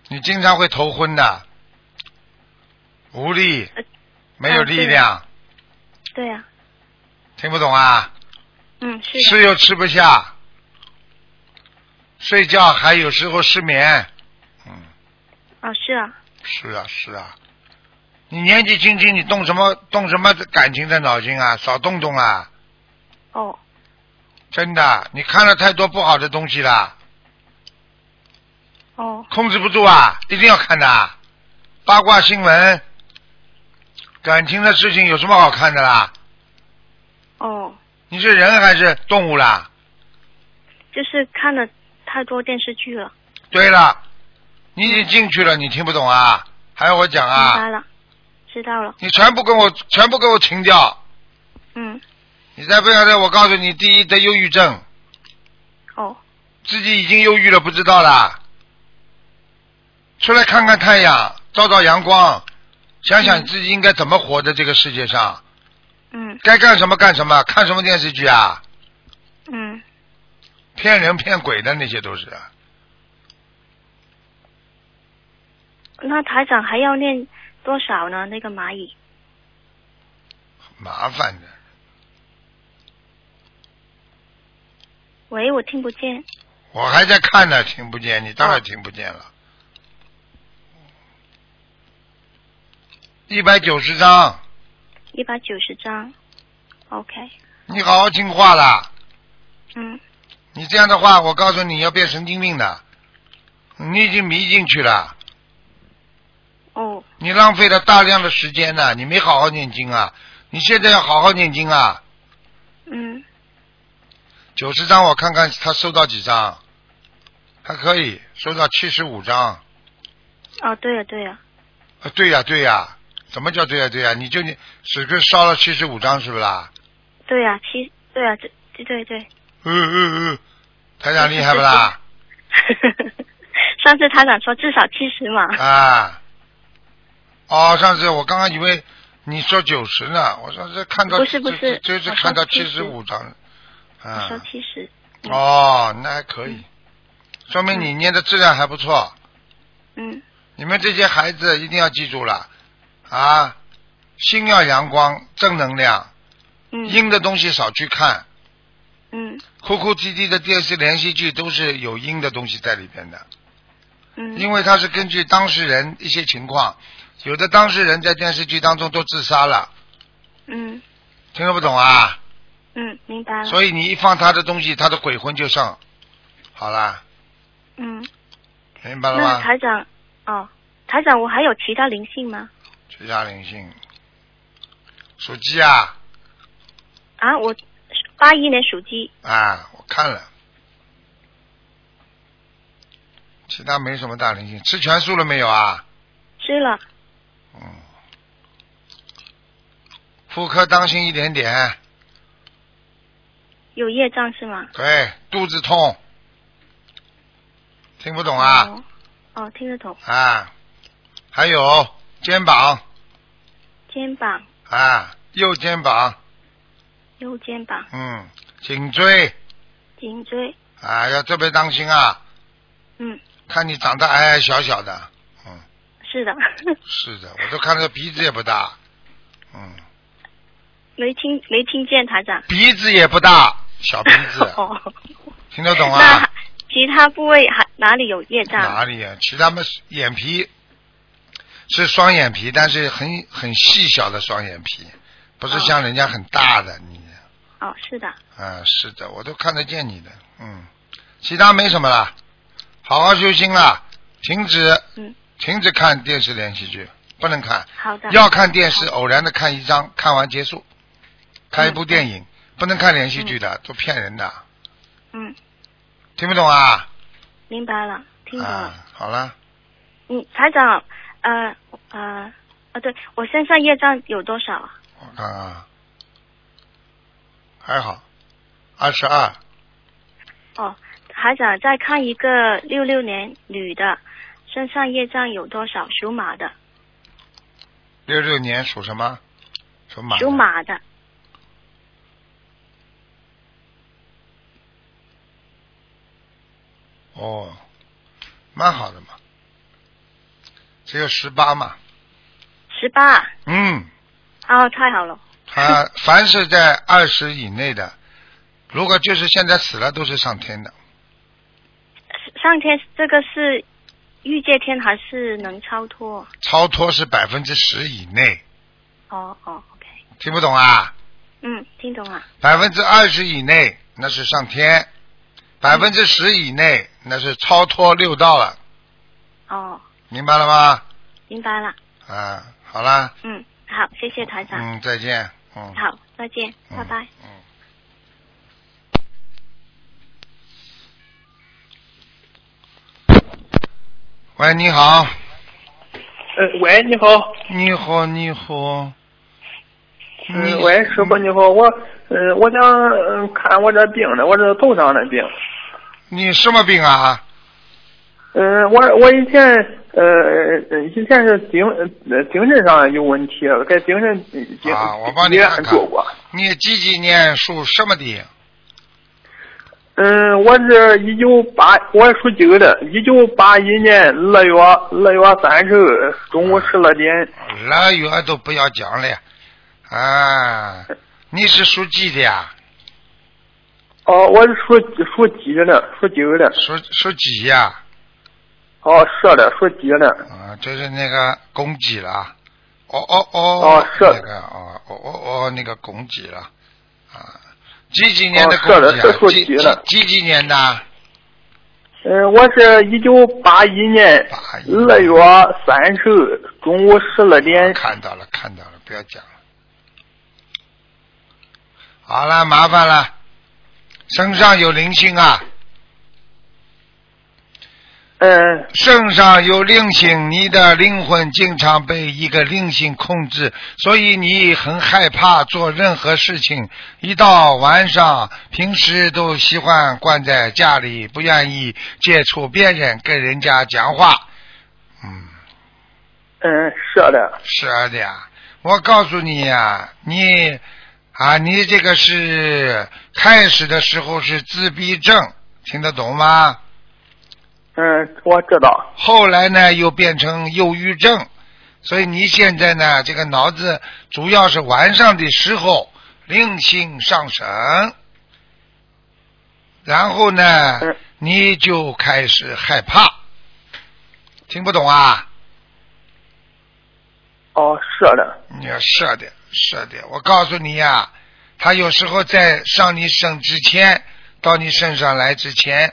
Speaker 1: 你经常会头昏的，无力
Speaker 4: 呃，
Speaker 1: 没有
Speaker 4: 啊
Speaker 1: 力
Speaker 4: 对
Speaker 1: 量，
Speaker 4: 对啊，
Speaker 1: 听不懂啊？
Speaker 4: 嗯，是的，
Speaker 1: 吃又吃不下，睡觉还有时候失眠。嗯，
Speaker 4: 哦，是啊，
Speaker 1: 是啊，是啊。你年纪轻轻，你动什么动什么感情的脑筋啊？少动动啊！
Speaker 4: 哦，
Speaker 1: 真的，你看了太多不好的东西了，
Speaker 4: 哦，
Speaker 1: 控制不住啊，一定要看的啊。八卦新闻、感情的事情有什么好看的啦？
Speaker 4: 哦，
Speaker 1: 你是人还是动物啦？
Speaker 4: 就是看了太多电视剧了，
Speaker 1: 对了，你已经进去了，你听不懂啊？还要我讲
Speaker 4: 明白
Speaker 1: 啊？
Speaker 4: 了，知道了，
Speaker 1: 你全部跟我，全部给我停掉！
Speaker 4: 嗯，
Speaker 1: 你再不晓得，我告诉你，第一得忧郁症，
Speaker 7: 哦，
Speaker 1: 自己已经忧郁了，不知道啦。出来看看太阳，照照阳光，想想自己应该怎么活在这个世界上，
Speaker 7: 嗯
Speaker 1: 该干什么干什么，看什么电视剧啊，
Speaker 7: 嗯
Speaker 1: 骗人骗鬼的那些都是。啊
Speaker 7: 那台长还要念多少呢？那个蚂蚁
Speaker 1: 麻烦的。
Speaker 7: 喂，我听不见。
Speaker 1: 我还在看呢，听不见，你当然听不见了。一百九十张，
Speaker 7: 一百九十张，OK，
Speaker 1: 你好好听话啦！
Speaker 7: 嗯
Speaker 1: 你这样的话，我告诉你要变神经病的，你已经迷进去了，
Speaker 7: 哦
Speaker 1: 你浪费了大量的时间呢、你没好好念经啊！你现在要好好念经啊！
Speaker 7: 嗯
Speaker 1: 九十张，我看看他收到几张，还可以收到七十五张。
Speaker 7: 哦，对了对了，
Speaker 1: 啊，对呀、对呀、怎么叫对呀、对呀、你就你只是烧了七十五张是不是啦？
Speaker 7: 对啊，七对啊，这对对对，
Speaker 1: 嗯嗯嗯，台长厉害不啦？
Speaker 7: 上次台长说至少七十嘛，
Speaker 1: 啊，哦，上次我刚刚以为你说九十呢，我说这看到
Speaker 7: 不是不是
Speaker 1: 这这
Speaker 7: 我说
Speaker 1: 看到七
Speaker 7: 70
Speaker 1: 十五张，
Speaker 7: 我
Speaker 1: 啊
Speaker 7: 说，七十，
Speaker 1: 哦，那还可以，说明你念的质量还不错。
Speaker 7: 嗯
Speaker 1: 你们这些孩子一定要记住了啊，心要阳光，正能量，
Speaker 7: 嗯
Speaker 1: 阴的东西少去看。
Speaker 7: 嗯
Speaker 1: 哭哭啼啼的电视连续剧都是有阴的东西在里边的，
Speaker 7: 嗯，
Speaker 1: 因为它是根据当事人一些情况，有的当事人在电视剧当中都自杀了，
Speaker 7: 嗯
Speaker 1: 听得不懂啊？
Speaker 7: 嗯明白了，
Speaker 1: 所以你一放他的东西，他的鬼魂就上。好啦，
Speaker 7: 嗯，
Speaker 1: 明白了
Speaker 7: 那
Speaker 1: 吗？
Speaker 7: 台长哦，台长我还有其他灵性吗？
Speaker 1: 其他灵性，属鸡啊
Speaker 7: 啊，我八一年属鸡，
Speaker 1: 啊，我看了，其他没什么大灵性。吃全素了没有啊？
Speaker 7: 吃了，
Speaker 1: 嗯，妇科当心一点点，
Speaker 7: 有业障是吗？
Speaker 1: 对，肚子痛，听不懂啊、
Speaker 7: 哦，哦，听得懂，
Speaker 1: 啊，还有肩膀
Speaker 7: 肩膀、
Speaker 1: 啊，右肩膀，
Speaker 7: 右肩膀、
Speaker 1: 嗯，颈椎
Speaker 7: 颈椎，
Speaker 1: 啊，要特别当心啊。
Speaker 7: 嗯，
Speaker 1: 看你长得矮矮小小的，嗯，
Speaker 7: 是的，
Speaker 1: 是的，我都看这鼻子也不大，嗯，
Speaker 7: 没听没听见台长。
Speaker 1: 鼻子也不大，小鼻子，
Speaker 7: 哦，
Speaker 1: 听得懂
Speaker 7: 那
Speaker 1: 啊
Speaker 7: 还？其他部位还哪里有业障？
Speaker 1: 哪里啊？其他们是眼皮是双眼皮，但是很很细小的双眼皮，不是
Speaker 7: 哦
Speaker 1: 像人家很大的你。
Speaker 7: 哦，是的，
Speaker 1: 啊，是的，我都看得见你的，嗯，其他没什么啦，好好修心啦，停止，
Speaker 7: 嗯
Speaker 1: 停止看电视连续剧，不能看，
Speaker 7: 好的，
Speaker 1: 要看电视，偶然的看一张，看完结束，看一部电影，不能看连续剧的，都骗人的，
Speaker 7: 嗯，
Speaker 1: 听不懂啊？
Speaker 7: 明白了，听懂了。
Speaker 1: 啊，好了，
Speaker 7: 嗯，台长，呃呃啊，对我身上业障有多少啊？
Speaker 1: 我看啊，还好，二十二，
Speaker 7: 哦，台长再看一个六六年女的，身上业障有多少？属马的，
Speaker 1: 六六年属什么？属马。
Speaker 7: 属。马的，
Speaker 1: 哦，蛮好的嘛，只有十八嘛。
Speaker 7: 十八。
Speaker 1: 嗯，
Speaker 7: 哦，太好了。
Speaker 1: 他凡是在二十以内的，如果就是现在死了，都是上天的。
Speaker 7: 上天这个是欲界天还是能超脱？
Speaker 1: 超脱是百分之十以内，
Speaker 7: 哦哦，OK，
Speaker 1: 听不懂啊？
Speaker 7: 嗯，听懂了。
Speaker 1: 百分之二十以内那是上天，百分之十以内那是超脱六道了，
Speaker 7: 哦，
Speaker 1: 明白了吗？
Speaker 7: 明白了。
Speaker 1: 啊，好啦。
Speaker 7: 嗯，好，谢谢台长。
Speaker 1: 嗯，再见。嗯，
Speaker 7: 好，再见，
Speaker 1: 嗯
Speaker 7: 拜拜。。
Speaker 1: 嗯。喂，你好，
Speaker 8: 呃，喂，你好，
Speaker 1: 你好，你好，
Speaker 8: 嗯，喂，师傅你好，我呃，我想呃看我这病呢，我这头上的病。
Speaker 1: 你什么病啊？
Speaker 8: 呃，我我以前呃呃以前是精呃精神上有问题，该精神呃精
Speaker 1: 啊我帮你
Speaker 8: 医院
Speaker 1: 看看
Speaker 8: 做过。
Speaker 1: 你几几年属什么的？
Speaker 8: 嗯，我是一九八，我属狗的，一九八一年二月二月三十日中午十二点，
Speaker 1: 腊月都不要讲了 啊！你是属鸡的呀？
Speaker 8: 哦，我是属属鸡的，属狗的，
Speaker 1: 属属鸡呀？
Speaker 8: 哦，是的，属鸡的，
Speaker 1: 啊，就是那个公鸡了啊。哦哦哦
Speaker 8: 哦，是
Speaker 1: 那个哦哦哦哦，那个公鸡了啊。几几年的
Speaker 8: 哦
Speaker 1: 公
Speaker 8: 是的
Speaker 1: 鸡
Speaker 8: 是属
Speaker 1: 啊？几
Speaker 8: 鸡
Speaker 1: 几
Speaker 8: 的
Speaker 1: 几几年的啊？
Speaker 8: 嗯，我是一九八一年
Speaker 1: 81
Speaker 8: 二月三十日中午十二点，
Speaker 1: 看到了，看到了，不要讲了。好了，麻烦了，身上有灵性啊，
Speaker 8: 嗯，
Speaker 1: 身上有灵性，你的灵魂经常被一个灵性控制，所以你很害怕做任何事情。一到晚上，平时都喜欢关在家里，不愿意接触别人，跟人家讲话。嗯。
Speaker 8: 嗯，是的，
Speaker 1: 是啊的呀，我告诉你呀、你啊，你这个是开始的时候是自闭症，听得懂吗？
Speaker 8: 嗯，我知道，
Speaker 1: 后来呢，又变成忧郁症，所以你现在呢，这个脑子主要是晚上的时候灵性上升，然后呢
Speaker 8: 嗯，
Speaker 1: 你就开始害怕，听不懂啊？
Speaker 8: 哦，是的，
Speaker 1: 你要是的，是的，我告诉你呀、他有时候在上你身之前，到你身上来之前，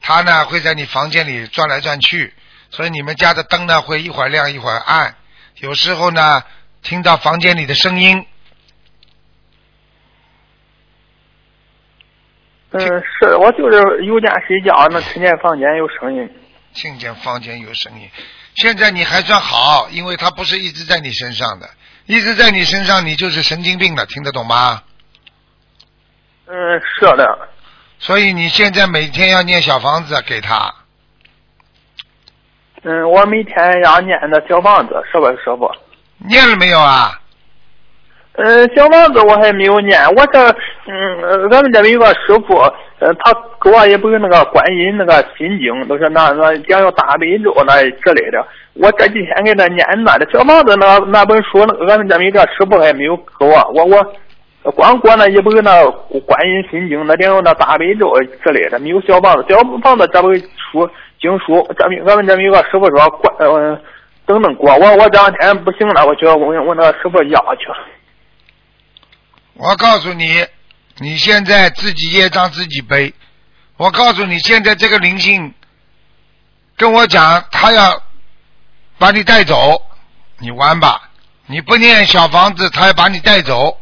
Speaker 1: 他呢会在你房间里转来转去，所以你们家的灯呢会一会儿亮一会儿暗，有时候呢听到房间里的声音，
Speaker 8: 嗯，是的，我就是有天睡觉能听见房间有声音，
Speaker 1: 听见房间有声音。现在你还算好，因为他不是一直在你身上的，一直在你身上你就是神经病了，听得懂吗？
Speaker 8: 嗯，是的，
Speaker 1: 所以你现在每天要念小房子给他。
Speaker 8: 嗯，我每天要念那小房子，是吧，师傅？
Speaker 1: 念了没有啊？
Speaker 8: 嗯，小房子我还没有念，我这嗯，呃咱们这边有个师傅，呃，他给我也不是那个观音那个心经，都是那那讲究大悲咒那之类的。我这几天给他念那的小房子那那本书，俺们这边一个师傅还没有给我，我我光过那也不是那观音心经，那点有那大悲咒之类的，没有小房子。小房子这本书经书，这边俺们这边有个师傅说观呃等等过，我我这两天不行了，我去问问那师傅要去。
Speaker 1: 我告诉你，你现在自己业障自己背。我告诉你，现在这个灵性跟我讲，他要把你带走，你玩吧。你不念小房子，他要把你带走。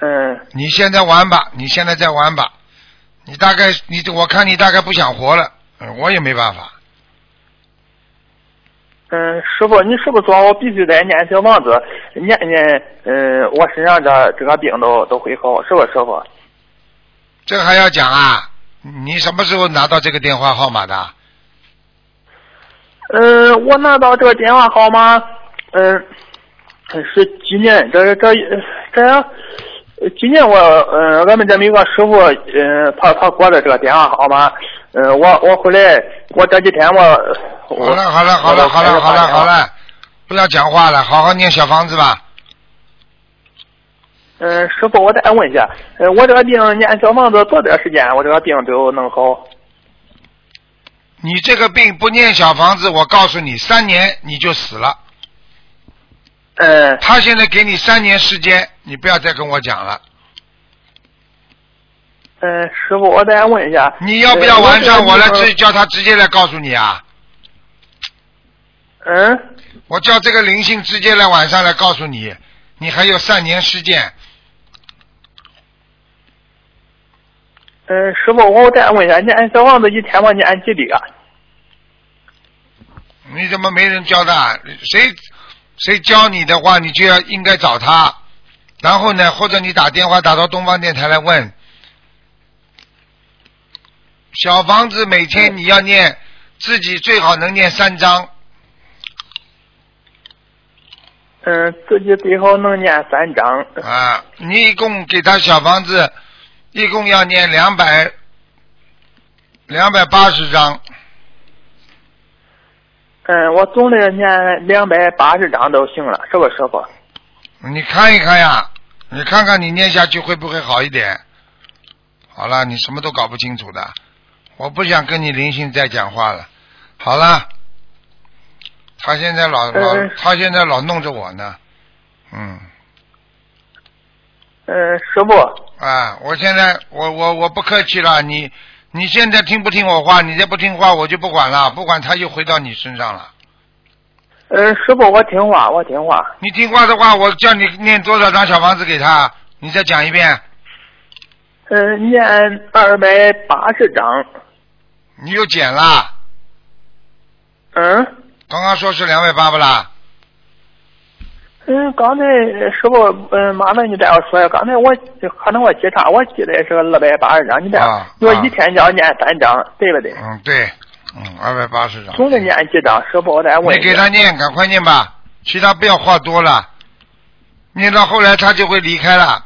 Speaker 8: 嗯。
Speaker 1: 你现在玩吧，你现在再玩吧。你大概，你我看你大概不想活了，嗯我也没办法。
Speaker 8: 嗯，师傅，你是不是说我必须得念小房子，念念，嗯，我身上这这个病都都会好，是吧，师傅？
Speaker 1: 这还要讲啊？你什么时候拿到这个电话号码的？
Speaker 8: 嗯，我拿到这个电话号码，嗯，是今年，这这这，今年我，嗯，俺们这边有个师傅，嗯，他他给我的这个电话号码，嗯，我我回来，我这几天我，
Speaker 1: 好
Speaker 8: 我
Speaker 1: 了好了好了好了好了好，了，不要讲话了，好好念小房子吧。
Speaker 8: 嗯，师傅，我再问一下，呃，我这个病念小房子多点时间，我这个病就能好。
Speaker 1: 你这个病不念小房子，我告诉你，三年你就死了。
Speaker 8: 嗯，
Speaker 1: 他现在给你三年时间，你不要再跟我讲
Speaker 8: 呃
Speaker 1: 了。
Speaker 8: 嗯，师傅，我再问一下，
Speaker 1: 你要不要晚上
Speaker 8: 呃
Speaker 1: 我来直
Speaker 8: 这
Speaker 1: 叫他直接来告诉你啊？
Speaker 8: 嗯，
Speaker 1: 我叫这个灵性直接来晚上来告诉你，你还有三年时间。
Speaker 8: 嗯，师傅，我再问一下，念小房子一天我念几遍啊？
Speaker 1: 你怎么没人教的啊？谁谁教你的话，你就要应该找他。然后呢，或者你打电话打到东方电台来问，小房子每天你要念，自己最好能念三章，
Speaker 8: 嗯，自己最好能念三章。
Speaker 1: 啊，你一共给他小房子，一共要念两百两百八十章，
Speaker 8: 嗯，我总的念两百八十章都行了，是吧，师傅？
Speaker 1: 你看一看呀，你看看你念下去会不会好一点？好了，你什么都搞不清楚的，我不想跟你灵性再讲话了。好了，他现在老老
Speaker 8: 嗯
Speaker 1: 他现在老弄着我呢，嗯
Speaker 8: 嗯，师傅，
Speaker 1: 啊，我现在我我我不客气了，你你现在听不听我话？你再不听话我就不管了，不管他又回到你身上了。
Speaker 8: 嗯，师傅，我听话，我听话。
Speaker 1: 你听话的话，我叫你念多少张小房子给他？你再讲一遍，
Speaker 8: 嗯，念二百八十章。
Speaker 1: 你又减了，
Speaker 8: 嗯
Speaker 1: 刚刚说是两百八不啦？
Speaker 8: 嗯，刚才呃师傅，嗯，麻烦你再我说一下，刚才我可能我记差，我记得是二百八十章，你再
Speaker 1: 啊
Speaker 8: 我
Speaker 1: 啊
Speaker 8: 一天就要念三章，对不对？
Speaker 1: 嗯，对，嗯，二百八十张。
Speaker 8: 总的念几章，师傅我再问
Speaker 1: 你
Speaker 8: 一
Speaker 1: 给
Speaker 8: 下。
Speaker 1: 他念，赶快念吧，其他不要话多了，念到后来他就会离开了。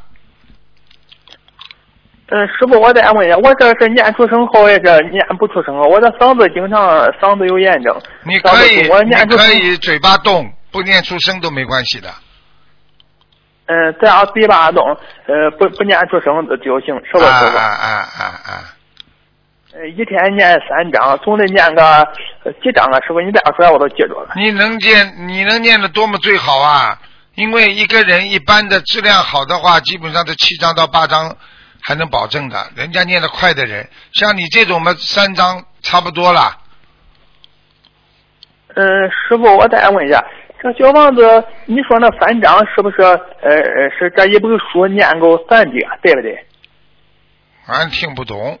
Speaker 8: 嗯，师傅，我再问一下，我这是念出声后，也是念不出声后，我这嗓子经常嗓子有炎症。
Speaker 1: 你
Speaker 8: 嗓
Speaker 1: 可
Speaker 8: 子
Speaker 1: 以，
Speaker 8: 痛我念
Speaker 1: 你
Speaker 8: 出声
Speaker 1: 可，以嘴巴动，不念出声都没关系的。
Speaker 8: 嗯，这样嘴巴动，呃，不不念出声就行，是
Speaker 1: 啊
Speaker 8: 吧，师傅？
Speaker 1: 啊啊啊啊！
Speaker 8: 呃一天念三章，总得念个呃几章啊，师傅，你这样说我都记住了。
Speaker 1: 你能念，你能念的多么最好啊！因为一个人一般的质量好的话，基本上都七张到八张还能保证的。人家念得快的人，像你这种嘛，三张差不多了。
Speaker 8: 嗯，师傅，我再问一下，这小房子，你说那三章是不是呃呃是这一本书念够三节，对不对？
Speaker 1: 俺听不懂。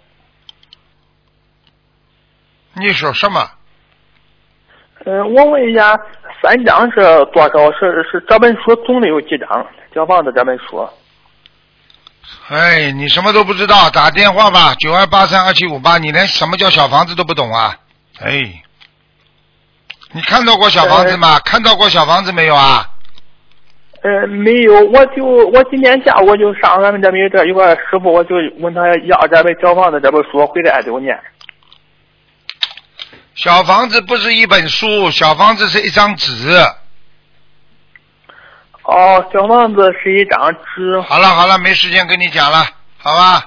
Speaker 1: 你说什么？
Speaker 8: 嗯，我问一下，三章是多少？是是这本书总的有几章？小房子这本书。
Speaker 1: 哎，你什么都不知道，打电话吧，九二八三二七五八，你连什么叫小房子都不懂啊？哎，你看到过小房子吗？看到过小房子没有啊？
Speaker 8: 呃，没有，我就我今天下午我就上咱们这边这有个师傅，我就问他要这本小房子这本书，回来就念。
Speaker 1: 小房子不是一本书，小房子是一张纸。
Speaker 8: 哦，小房子是一张纸。
Speaker 1: 好了好了，没时间跟你讲了，好吧？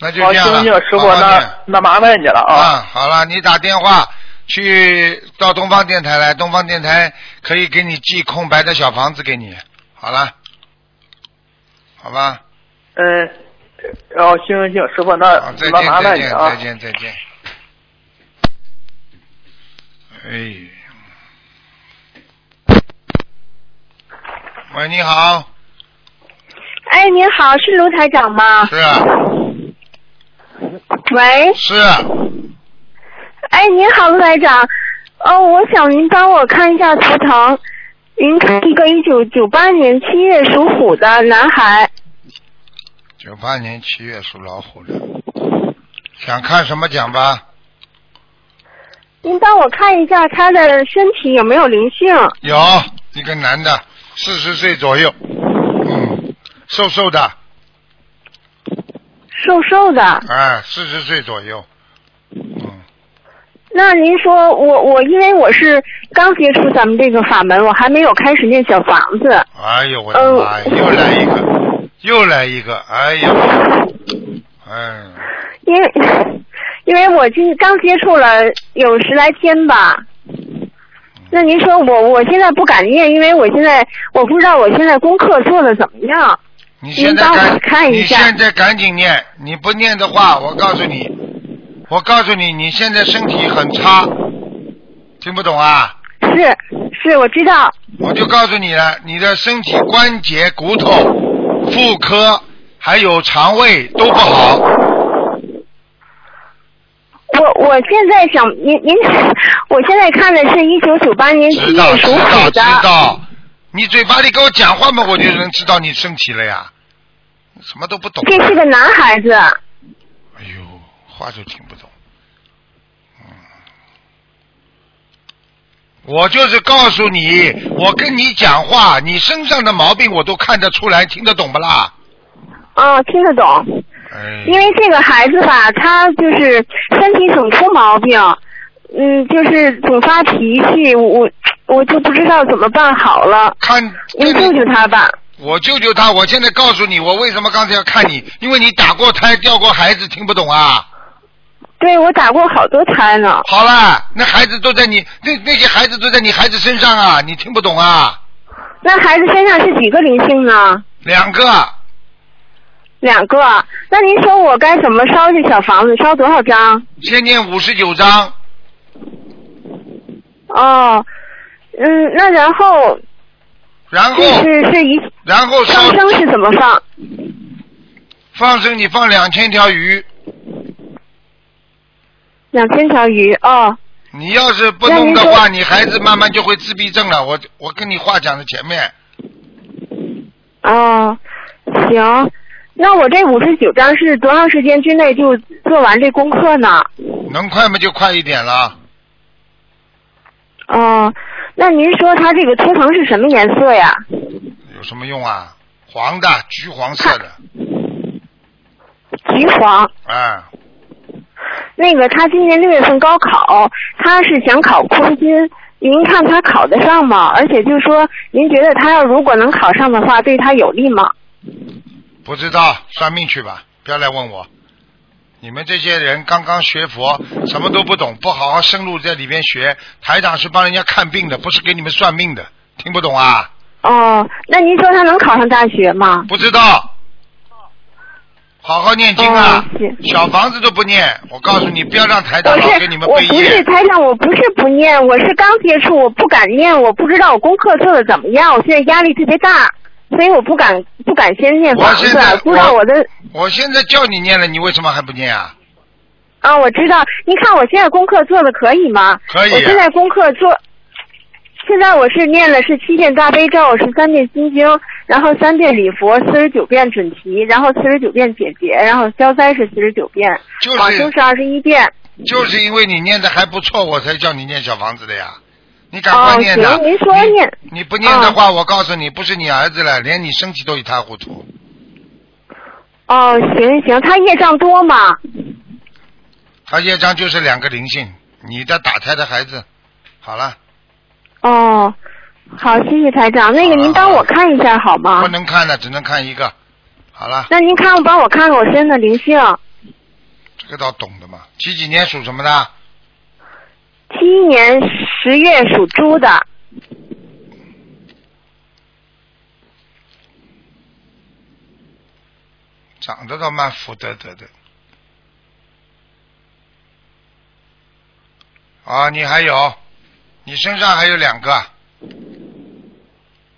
Speaker 1: 那就
Speaker 8: 好，
Speaker 1: 这样
Speaker 8: 哦行
Speaker 1: 了。
Speaker 8: 行，师傅，
Speaker 1: 好好念
Speaker 8: 那那麻烦你了啊。
Speaker 1: 啊，好了，你打电话去到东方电台来，东方电台可以给你寄空白的小房子给你。好了，好吧，
Speaker 8: 嗯，哦，行行行，师傅，那
Speaker 1: 好，再
Speaker 8: 那
Speaker 1: 见，再
Speaker 8: 麻烦你
Speaker 1: 见，
Speaker 8: 啊
Speaker 1: 再。见，再见。哎，喂，你好，
Speaker 9: 哎，您好，是卢台长吗？
Speaker 1: 是啊
Speaker 9: 喂，
Speaker 1: 是啊
Speaker 9: 哎，您好，卢台长。哦，我想您帮我看一下图腾。您看一个一九九八年七月属虎的男孩，
Speaker 1: 九八年七月属老虎的，想看什么讲吧？
Speaker 9: 您帮我看一下他的身体有没有灵性？
Speaker 1: 有一个男的，四十岁左右，嗯，瘦瘦的，
Speaker 9: 瘦瘦的。
Speaker 1: 哎，四十岁左右，嗯，
Speaker 9: 那您说我我因为我是刚接触咱们这个法门，我还没有开始念小房子。
Speaker 1: 哎呦我的妈呀，
Speaker 9: 呃
Speaker 1: 又来一个，又来一个，哎呦，哎，
Speaker 9: 因为因为我今刚接触了有十来天吧。那您说我我现在不敢念，因为我现在我不知道我现在功课做的怎么样。
Speaker 1: 你现在
Speaker 9: 您帮我
Speaker 1: 赶，
Speaker 9: 看
Speaker 1: 你
Speaker 9: 一下
Speaker 1: 现在赶紧念，你不念的话，我告诉你，我告诉你，你现在身体很差，听不懂啊？
Speaker 9: 是是，我知道。
Speaker 1: 我就告诉你了，你的身体关节、骨头、妇科还有肠胃都不好。
Speaker 9: 我我现在想您您，我现在看的是一九九八年几
Speaker 1: 知道
Speaker 9: 月
Speaker 1: 知
Speaker 9: 属虎
Speaker 1: 道知
Speaker 9: 的。
Speaker 1: 道，你嘴巴里跟我讲话嘛，我就能知道你生气了呀。什么都不懂。
Speaker 9: 这是个男孩子，
Speaker 1: 哎呦，话都听不懂。嗯，我就是告诉你，我跟你讲话，你身上的毛病我都看得出来，听得懂不啦？
Speaker 9: 嗯，听得懂。
Speaker 1: 哎，
Speaker 9: 因为这个孩子吧，他就是身体总出毛病，嗯，就是总发脾气，我我就不知道怎么办好了。
Speaker 1: 看，
Speaker 9: 您救救他吧。
Speaker 1: 我救救他！我现在告诉你，我为什么刚才要看你，因为你打过胎、掉过孩子，听不懂啊。
Speaker 9: 对，我打过好多胎呢。
Speaker 1: 好了，那孩子都在你那那些孩子都在你孩子身上啊，你听不懂啊？
Speaker 9: 那孩子身上是几个灵性呢？
Speaker 1: 两个，
Speaker 9: 两个。那您说我该怎么烧这小房子？烧多少张？
Speaker 1: 先念五十九章，
Speaker 9: 哦，嗯，那然后
Speaker 1: 然后
Speaker 9: 就是是一
Speaker 1: 然后烧
Speaker 9: 上升是怎么放？
Speaker 1: 放生，你放两千条鱼，
Speaker 9: 两千条鱼哦。
Speaker 1: 你要是不弄的话，你孩子慢慢就会自闭症了。我我跟你话讲的前面，
Speaker 9: 哦，行，那我这五十九章是多长时间之内就做完这功课呢？
Speaker 1: 能快嘛就快一点了。
Speaker 9: 哦，那您说它这个图腾是什么颜色呀？
Speaker 1: 有什么用啊？黄的，橘黄色的，
Speaker 9: 橘黄。
Speaker 1: 啊、
Speaker 9: 那个他今年六月份高考，他是想考空军，您看他考得上吗？而且就说您觉得他要如果能考上的话，对他有利吗？
Speaker 1: 不知道，算命去吧，不要来问我。你们这些人刚刚学佛，什么都不懂，不好好深入在里边学。台长是帮人家看病的，不是给你们算命的，听不懂啊？
Speaker 9: 哦，那您说他能考上大学吗？
Speaker 1: 不知道。好好念经啊！
Speaker 9: 哦是
Speaker 1: 小房子都不念，我告诉你，不要让台
Speaker 9: 我
Speaker 1: 长老
Speaker 9: 是
Speaker 1: 给你们
Speaker 9: 我
Speaker 1: 背
Speaker 9: 不是
Speaker 1: 业。
Speaker 9: 台长，我不是不念，我是刚接触，我不敢念，我不知道我功课做的怎么样，我现在压力特别大，所以我不敢不敢先念
Speaker 1: 我
Speaker 9: 房
Speaker 1: 现在
Speaker 9: 子，不知道
Speaker 1: 我
Speaker 9: 我的
Speaker 1: 我现在叫你念了，你为什么还不念啊？
Speaker 9: 啊，我知道，您看我现在功课做的可以吗？
Speaker 1: 可以啊
Speaker 9: 我现在功课做，现在我是念了是七遍大悲咒，十三遍心经，然后三遍礼佛，四十九遍准提，然后四十九遍解结，然后消灾是四十九遍，
Speaker 1: 就是
Speaker 9: 往生是二十一遍。
Speaker 1: 就是因为你念的还不错，我才叫你念小房子的呀。你赶快
Speaker 9: 哦，
Speaker 1: 念的。
Speaker 9: 行，哦您说
Speaker 1: 你
Speaker 9: 念。
Speaker 1: 你不念的话，我告诉你，不是你儿子了，连你身体都一塌糊涂。
Speaker 9: 哦，行行，他业障多嘛？
Speaker 1: 他业障就是两个灵性，你的打胎的孩子。好了，
Speaker 9: 哦，好，谢谢台长。那个
Speaker 1: 好了
Speaker 9: 您帮
Speaker 1: 好了
Speaker 9: 我看一下好吗
Speaker 1: 不？能看了，只能看一个。好了，
Speaker 9: 那您看帮我看看我身上的灵性，
Speaker 1: 这个倒懂的嘛。几几年属什么的？
Speaker 9: 七一年十月属猪的。
Speaker 1: 长得倒蛮福德德的。啊，你还有，你身上还有两个，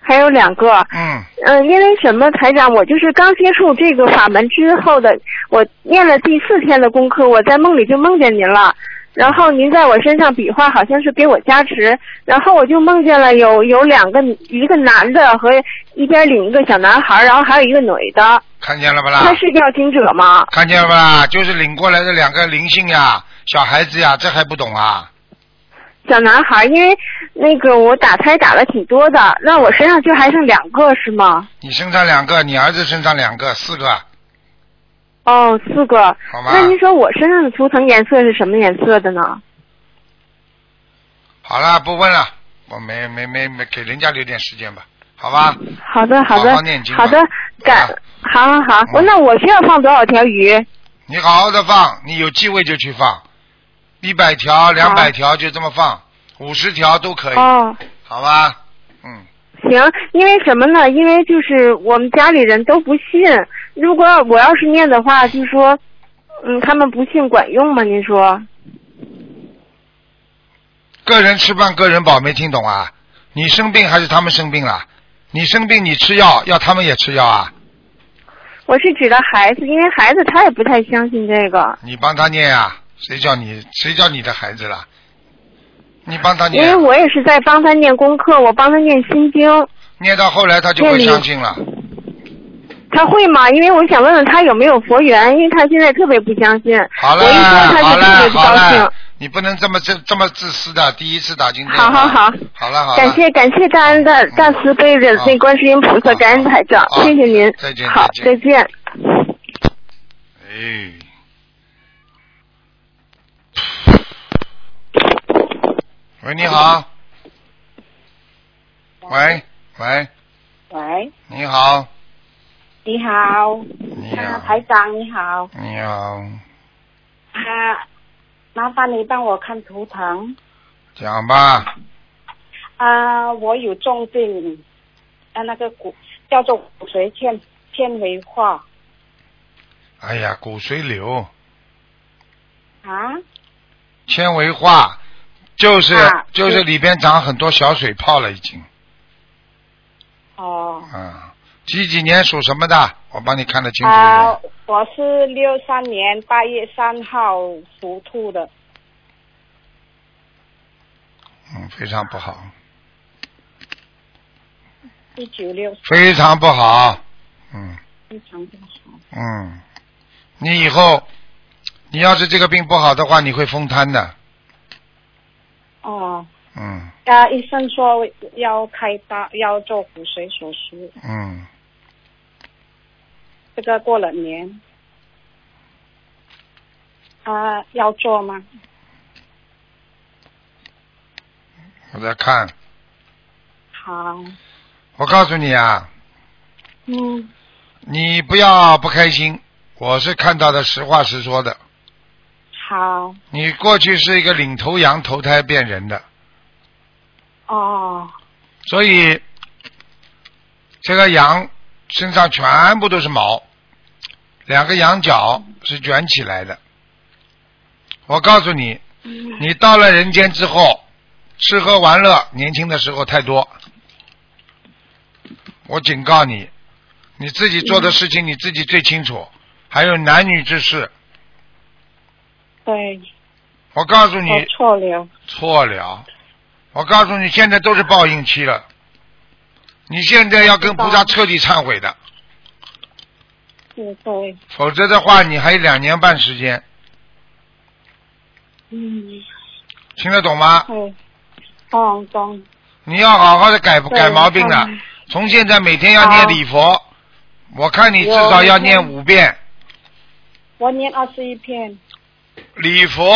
Speaker 9: 还有两个，
Speaker 1: 嗯，
Speaker 9: 嗯，因为什么，台长，我就是刚接触这个法门之后的，我念了第四天的功课，我在梦里就梦见您了，然后您在我身上比划，好像是给我加持，然后我就梦见了有有两个一个男的和一边领一个小男孩，然后还有一个女的，
Speaker 1: 看见了不啦
Speaker 9: 他？是要经者吗？
Speaker 1: 看见了不啦？就是领过来的两个灵性呀，小孩子呀，这还不懂啊？
Speaker 9: 小男孩，因为那个我打胎打了挺多的，那我身上就还剩两个是吗？
Speaker 1: 你身上两个，你儿子身上两个，四个，
Speaker 9: 哦，四个。
Speaker 1: 好吗？
Speaker 9: 那您说我身上的图腾颜色是什么颜色的呢？
Speaker 1: 好了，不问了，我没没没没给人家留点时间吧，好吧？
Speaker 9: 好的，嗯好的，
Speaker 1: 好好念嗯经吧
Speaker 9: 好的，感，好好好，
Speaker 1: 嗯
Speaker 9: 我那我需要放多少条鱼？
Speaker 1: 你好好的放，你有机会就去放，一百条、两百条就这么放，五十条都可以，
Speaker 9: 哦，
Speaker 1: 好吧？嗯，
Speaker 9: 行，因为什么呢？因为就是我们家里人都不信，如果我要是念的话，就说，嗯，他们不信管用吗？您说？
Speaker 1: 个人吃饭个人饱，没听懂啊？你生病还是他们生病了？你生病你吃药，要他们也吃药啊？
Speaker 9: 我是指的孩子，因为孩子他也不太相信这个，
Speaker 1: 你帮他念啊？谁叫你谁叫你的孩子了？你帮他
Speaker 9: 因
Speaker 1: 念
Speaker 9: 为，我也是在帮他念功课，我帮他念心经。
Speaker 1: 念到后来他就会
Speaker 9: 念你
Speaker 1: 相信了。
Speaker 9: 他会吗？因为我想问问他有没有佛缘，因为他现在特别不相信。
Speaker 1: 好
Speaker 9: 我一说
Speaker 1: 了，好
Speaker 9: 他就特
Speaker 1: 了，
Speaker 9: 别不
Speaker 1: 好
Speaker 9: 高兴
Speaker 1: 了。，你不能这么这这么自私的，第一次打进电话。
Speaker 9: 好好好，
Speaker 1: 好了好了，
Speaker 9: 感谢感谢大恩大大慈悲的
Speaker 1: 好
Speaker 9: 那观世音菩萨，感恩台长
Speaker 1: 好，
Speaker 9: 谢谢您。
Speaker 1: 再见
Speaker 9: 好，
Speaker 1: 再
Speaker 9: 再见。
Speaker 1: 哎。喂，你好。喂喂，
Speaker 10: 喂，
Speaker 1: 你好，
Speaker 10: 你好，
Speaker 1: 你
Speaker 10: 啊，
Speaker 1: 好
Speaker 10: 台，长你好，
Speaker 1: 你好，
Speaker 10: 啊，麻烦你帮我看图腾，
Speaker 1: 讲吧，
Speaker 10: 啊，我有重病，啊，那个骨叫做骨髓纤纤维化
Speaker 1: 哎呀，骨髓瘤、
Speaker 10: 啊，
Speaker 1: 纤维化，就是、
Speaker 10: 啊
Speaker 1: 就是
Speaker 10: 对
Speaker 1: 里边长很多小水泡了，已经。
Speaker 10: 哦，
Speaker 1: 啊，几几年属什么的？我帮你看得清楚一点。
Speaker 10: 啊，我是六三年八月三号属兔的，
Speaker 1: 嗯，非常不好，
Speaker 10: 一九六
Speaker 1: 非常不好。嗯
Speaker 10: 非常不好，
Speaker 1: 嗯，你以后你要是这个病不好的话，你会疯瘫的。
Speaker 10: 哦，
Speaker 1: 嗯
Speaker 10: 啊，医生说要开刀，要做骨髓手术，
Speaker 1: 嗯，
Speaker 10: 这个过了年，啊、要做吗？
Speaker 1: 我在看，
Speaker 10: 好，
Speaker 1: 我告诉你啊，
Speaker 10: 嗯，
Speaker 1: 你不要不开心，我是看到的，实话实说的。
Speaker 10: 好，
Speaker 1: 你过去是一个领头羊，投胎变人的，
Speaker 10: 哦，
Speaker 1: 所以这个羊身上全部都是毛，两个羊角是卷起来的。我告诉你，
Speaker 10: 嗯
Speaker 1: 你到了人间之后，吃喝玩乐，年轻的时候太多。我警告你，你自己做的事情你自己最清楚，还有男女之事。
Speaker 10: 对，
Speaker 1: 我告诉你，
Speaker 10: 我错了，
Speaker 1: 错了，我告诉你，现在都是报应期了。你现在要跟菩萨彻底忏悔的，
Speaker 10: 对对，
Speaker 1: 否则的话，你还有两年半时间，
Speaker 10: 嗯，
Speaker 1: 听得懂吗？
Speaker 10: 对，懂懂，
Speaker 1: 你要好好的改
Speaker 10: 对
Speaker 1: 改毛病了
Speaker 10: 嗯。
Speaker 1: 从现在每天要念
Speaker 10: 好
Speaker 1: 礼佛，我看你至少要念五遍
Speaker 10: 我念二十一篇，
Speaker 1: 礼佛，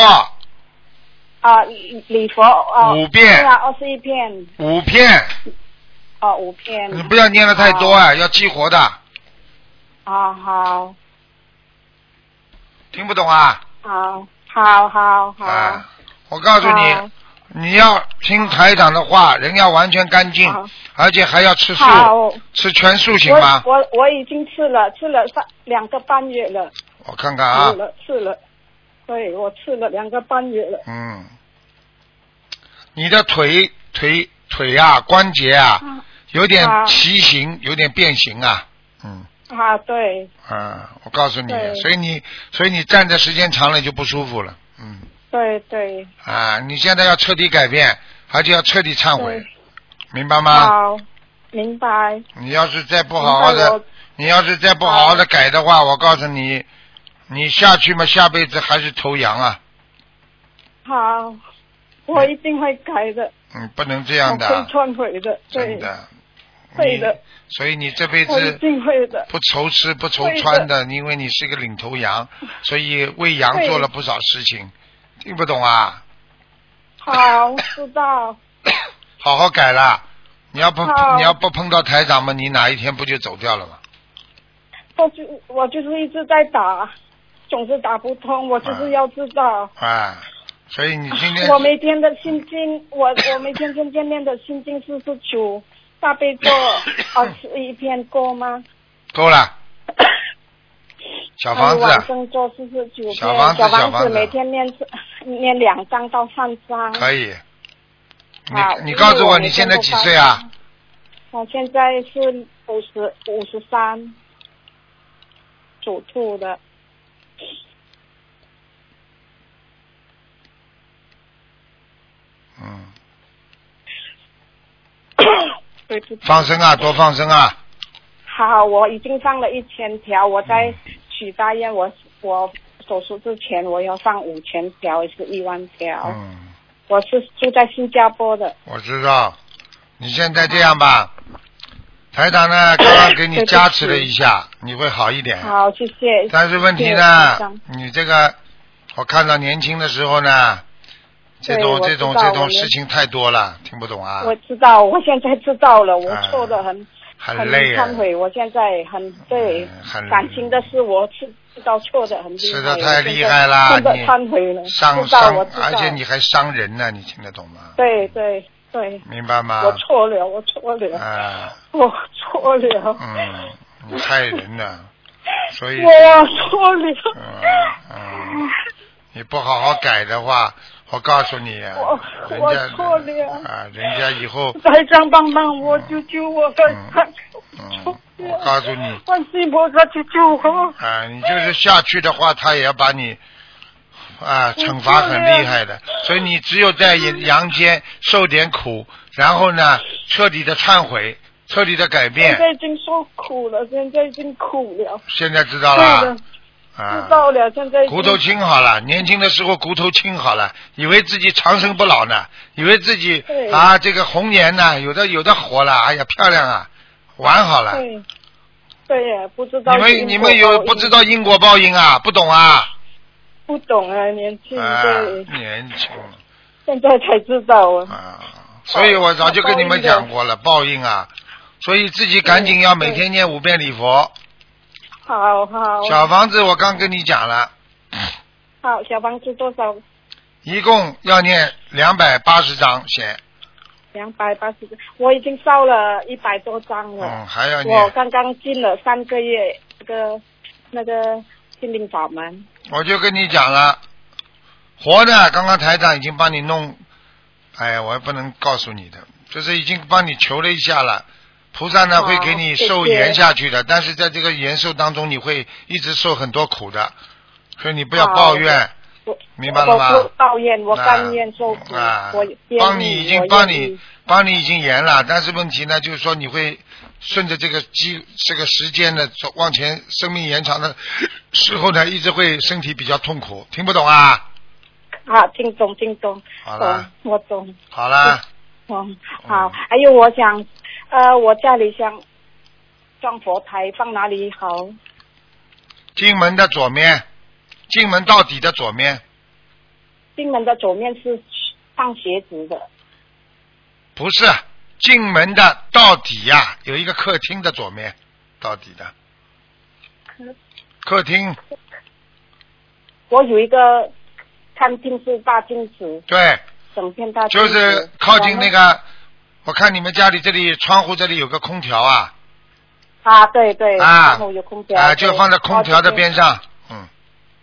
Speaker 10: 啊、礼礼佛，哦、
Speaker 1: 五遍
Speaker 10: 对啊，二十一篇，
Speaker 1: 五遍，
Speaker 10: 哦、五篇，
Speaker 1: 你不要念的太多啊，要激活的。
Speaker 10: 啊，好，
Speaker 1: 听不懂啊？
Speaker 10: 好，好，好，好，
Speaker 1: 啊，我告诉
Speaker 10: 好
Speaker 1: 你，你要听台长的话，人要完全干净
Speaker 10: 好，
Speaker 1: 而且还要吃素。
Speaker 10: 好，
Speaker 1: 吃全素行吗？
Speaker 10: 我我我已经吃了，吃了三两个半月了，
Speaker 1: 我看看啊
Speaker 10: 吃，了吃了，对我吃了两个半月了，
Speaker 1: 嗯，你的腿腿腿啊关节啊
Speaker 10: 嗯
Speaker 1: 有点
Speaker 10: 好
Speaker 1: 畸形，有点变形啊，嗯
Speaker 10: 啊，对
Speaker 1: 啊，我告诉你
Speaker 10: 对，
Speaker 1: 所以你所以你站的时间长了就不舒服了，嗯
Speaker 10: 对对，
Speaker 1: 啊，你现在要彻底改变，而且要彻底忏悔
Speaker 10: 对，
Speaker 1: 明白吗？
Speaker 10: 好，明白，
Speaker 1: 你要是再不好好
Speaker 10: 明白我
Speaker 1: 的，你要是再不好好的改的话，我告诉你，你下去嘛，下辈子还是头羊啊，
Speaker 10: 好，我一定会改的，
Speaker 1: 嗯，不能这
Speaker 10: 我
Speaker 1: 样的。
Speaker 10: 会忏悔的，对
Speaker 1: 真，的，
Speaker 10: 会的
Speaker 1: 你，所以你这辈
Speaker 10: 我一
Speaker 1: 子
Speaker 10: 定会的，
Speaker 1: 不愁吃不愁穿的，因为你是一个领头 羊，所以为羊
Speaker 10: 对
Speaker 1: 做了不少事情，听不懂啊？
Speaker 10: 好，知道，
Speaker 1: 好好改啦！你要不
Speaker 10: 好
Speaker 1: 你要不碰到台长嘛，你哪一天不就走掉了吗？
Speaker 10: 我就我就是一直在打，总是打不通，我就是要知道。
Speaker 1: 啊，所以你今天
Speaker 10: 我每天的心经，我我每天天天念的心经四十九，大悲咒二十一篇够吗？
Speaker 1: 够 了，小房
Speaker 10: 还有往
Speaker 1: 子啊
Speaker 10: 生咒四十九篇，
Speaker 1: 小
Speaker 10: 小
Speaker 1: 房子小房
Speaker 10: 子
Speaker 1: 子
Speaker 10: 每天念念两张到三张。
Speaker 1: 可以。
Speaker 10: 好
Speaker 1: 你你告
Speaker 10: 因为
Speaker 1: 诉
Speaker 10: 我
Speaker 1: 我
Speaker 10: 每
Speaker 1: 你
Speaker 10: 天
Speaker 1: 现在
Speaker 10: 都
Speaker 1: 几
Speaker 10: 发
Speaker 1: 岁啊？
Speaker 10: 我现在是五十五十三，属兔的。
Speaker 1: 嗯，
Speaker 10: 对对不起。
Speaker 1: 放生啊，多放生啊，
Speaker 10: 好，我已经放了一千条，我在
Speaker 1: 嗯
Speaker 10: 许大愿，我我手术之前我要放五千条，也是一万条。
Speaker 1: 嗯，
Speaker 10: 我是住在新加坡的，
Speaker 1: 我知道。你现在这样吧，台长 呢刚刚给
Speaker 10: 对
Speaker 1: 你
Speaker 10: 不起
Speaker 1: 加持了一下，你会好一点。
Speaker 10: 好，谢谢。
Speaker 1: 但是问题
Speaker 10: 谢谢台
Speaker 1: 呢
Speaker 10: 长，
Speaker 1: 你这个，我看到年轻的时候呢，这
Speaker 10: 对
Speaker 1: 种
Speaker 10: 我
Speaker 1: 这种
Speaker 10: 知道
Speaker 1: 这
Speaker 10: 我
Speaker 1: 种
Speaker 10: 们
Speaker 1: 事情太多了，听不懂啊，
Speaker 10: 我知道，我现在知道了，我
Speaker 1: 哎
Speaker 10: 错的很，
Speaker 1: 很累啊
Speaker 10: 很，忏悔。我现在很对
Speaker 1: 嗯很
Speaker 10: 感情的事，我是知道错的很厉害，
Speaker 1: 是的太厉害啦
Speaker 10: 真的
Speaker 1: 你
Speaker 10: 忏悔了，
Speaker 1: 伤
Speaker 10: 知道
Speaker 1: 伤
Speaker 10: 我，知道，
Speaker 1: 而且你还伤人呢，你听得懂吗？
Speaker 10: 对对对，
Speaker 1: 明白吗？
Speaker 10: 我错了，我错了，
Speaker 1: 啊，
Speaker 10: 我错了，
Speaker 1: 嗯，你害人 呢，所以，
Speaker 10: 我错了，
Speaker 1: 嗯嗯，你不好好改的话，我告诉你啊
Speaker 10: 我，
Speaker 1: 人
Speaker 10: 我
Speaker 1: 家
Speaker 10: 错了
Speaker 1: 啊，人家以 后，
Speaker 10: 台长帮帮我，救救我，台长，
Speaker 1: 嗯，我告诉你，
Speaker 10: 观世音菩萨救救我，
Speaker 1: 啊，你就是下去的话，他也要把你啊惩罚很厉害的，所以你只有在阳间受点苦，然后呢，彻底的忏悔，彻底的改
Speaker 10: 现
Speaker 1: 变，
Speaker 10: 在已经受苦了，现在已经苦了，
Speaker 1: 现在知道
Speaker 10: 对的
Speaker 1: 了，
Speaker 10: 知
Speaker 1: 啊，
Speaker 10: 道了，现在已经
Speaker 1: 骨头轻好了，年轻的时候骨头轻好了，以为自己长生不老呢，以为自己
Speaker 10: 对
Speaker 1: 啊这个红颜呢，有的有的活了，哎呀漂亮啊，玩好了，
Speaker 10: 对，对呀，不知道
Speaker 1: 你们你们有不知道因果报应啊，不懂啊，
Speaker 10: 不懂啊，年轻
Speaker 1: 啊
Speaker 10: 对，，
Speaker 1: 年轻。
Speaker 10: 现在才知道啊，
Speaker 1: 啊，所以我早就跟你们讲过了，报应啊，所以自己赶紧要每天念五遍礼佛。
Speaker 10: 好好
Speaker 1: 小房子我刚跟你讲了，
Speaker 10: 好，小房子多少？
Speaker 1: 一共要念两百八十张先，
Speaker 10: 两百八十个，我已经烧了一百多张了。
Speaker 1: 嗯，还要
Speaker 10: 我
Speaker 1: 念，
Speaker 10: 刚刚进了三个月那个那个心灵法门，
Speaker 1: 我就跟你讲了，活的刚刚台长已经帮你弄，哎呀，我也不能告诉你的，就是已经帮你求了一下了。菩萨呢
Speaker 10: 好
Speaker 1: 会给你
Speaker 10: 哦谢谢
Speaker 1: 受延下去的，但是在这个延寿当中，你会一直受很多苦的，所以你不要
Speaker 10: 好
Speaker 1: 抱怨
Speaker 10: 哦我，
Speaker 1: 明白了吗？
Speaker 10: 我不抱怨，我甘愿受苦，
Speaker 1: 啊
Speaker 10: 我愿意
Speaker 1: 帮你已经
Speaker 10: 我
Speaker 1: 帮
Speaker 10: 愿意
Speaker 1: 你帮你已经严了，但是问题呢，就是说你会顺着这个机这个时间的走往前，生命延长的时候呢，一直会身体比较痛苦，听不懂啊？
Speaker 10: 啊，听懂听懂，
Speaker 1: 好
Speaker 10: 懂
Speaker 1: 了，
Speaker 10: 我懂。
Speaker 1: 好了，
Speaker 10: 哦，好，还有我想，呃，我家里想装佛台，放哪里好？
Speaker 1: 进门的左面，进门到底的左面，
Speaker 10: 进门的左面是放鞋子的，
Speaker 1: 不是进门的到底呀、有一个客厅的左面，到底的客厅，
Speaker 10: 我有一个餐厅是大镜子，
Speaker 1: 对，
Speaker 10: 整片大镜
Speaker 1: 就
Speaker 10: 子，
Speaker 1: 是靠近那
Speaker 10: 然后
Speaker 1: 个，我看你们家里这里窗户这里有个空调啊。
Speaker 10: 啊，对对，
Speaker 1: 啊
Speaker 10: 然后有空调
Speaker 1: 啊，就放在空调的，边上，嗯，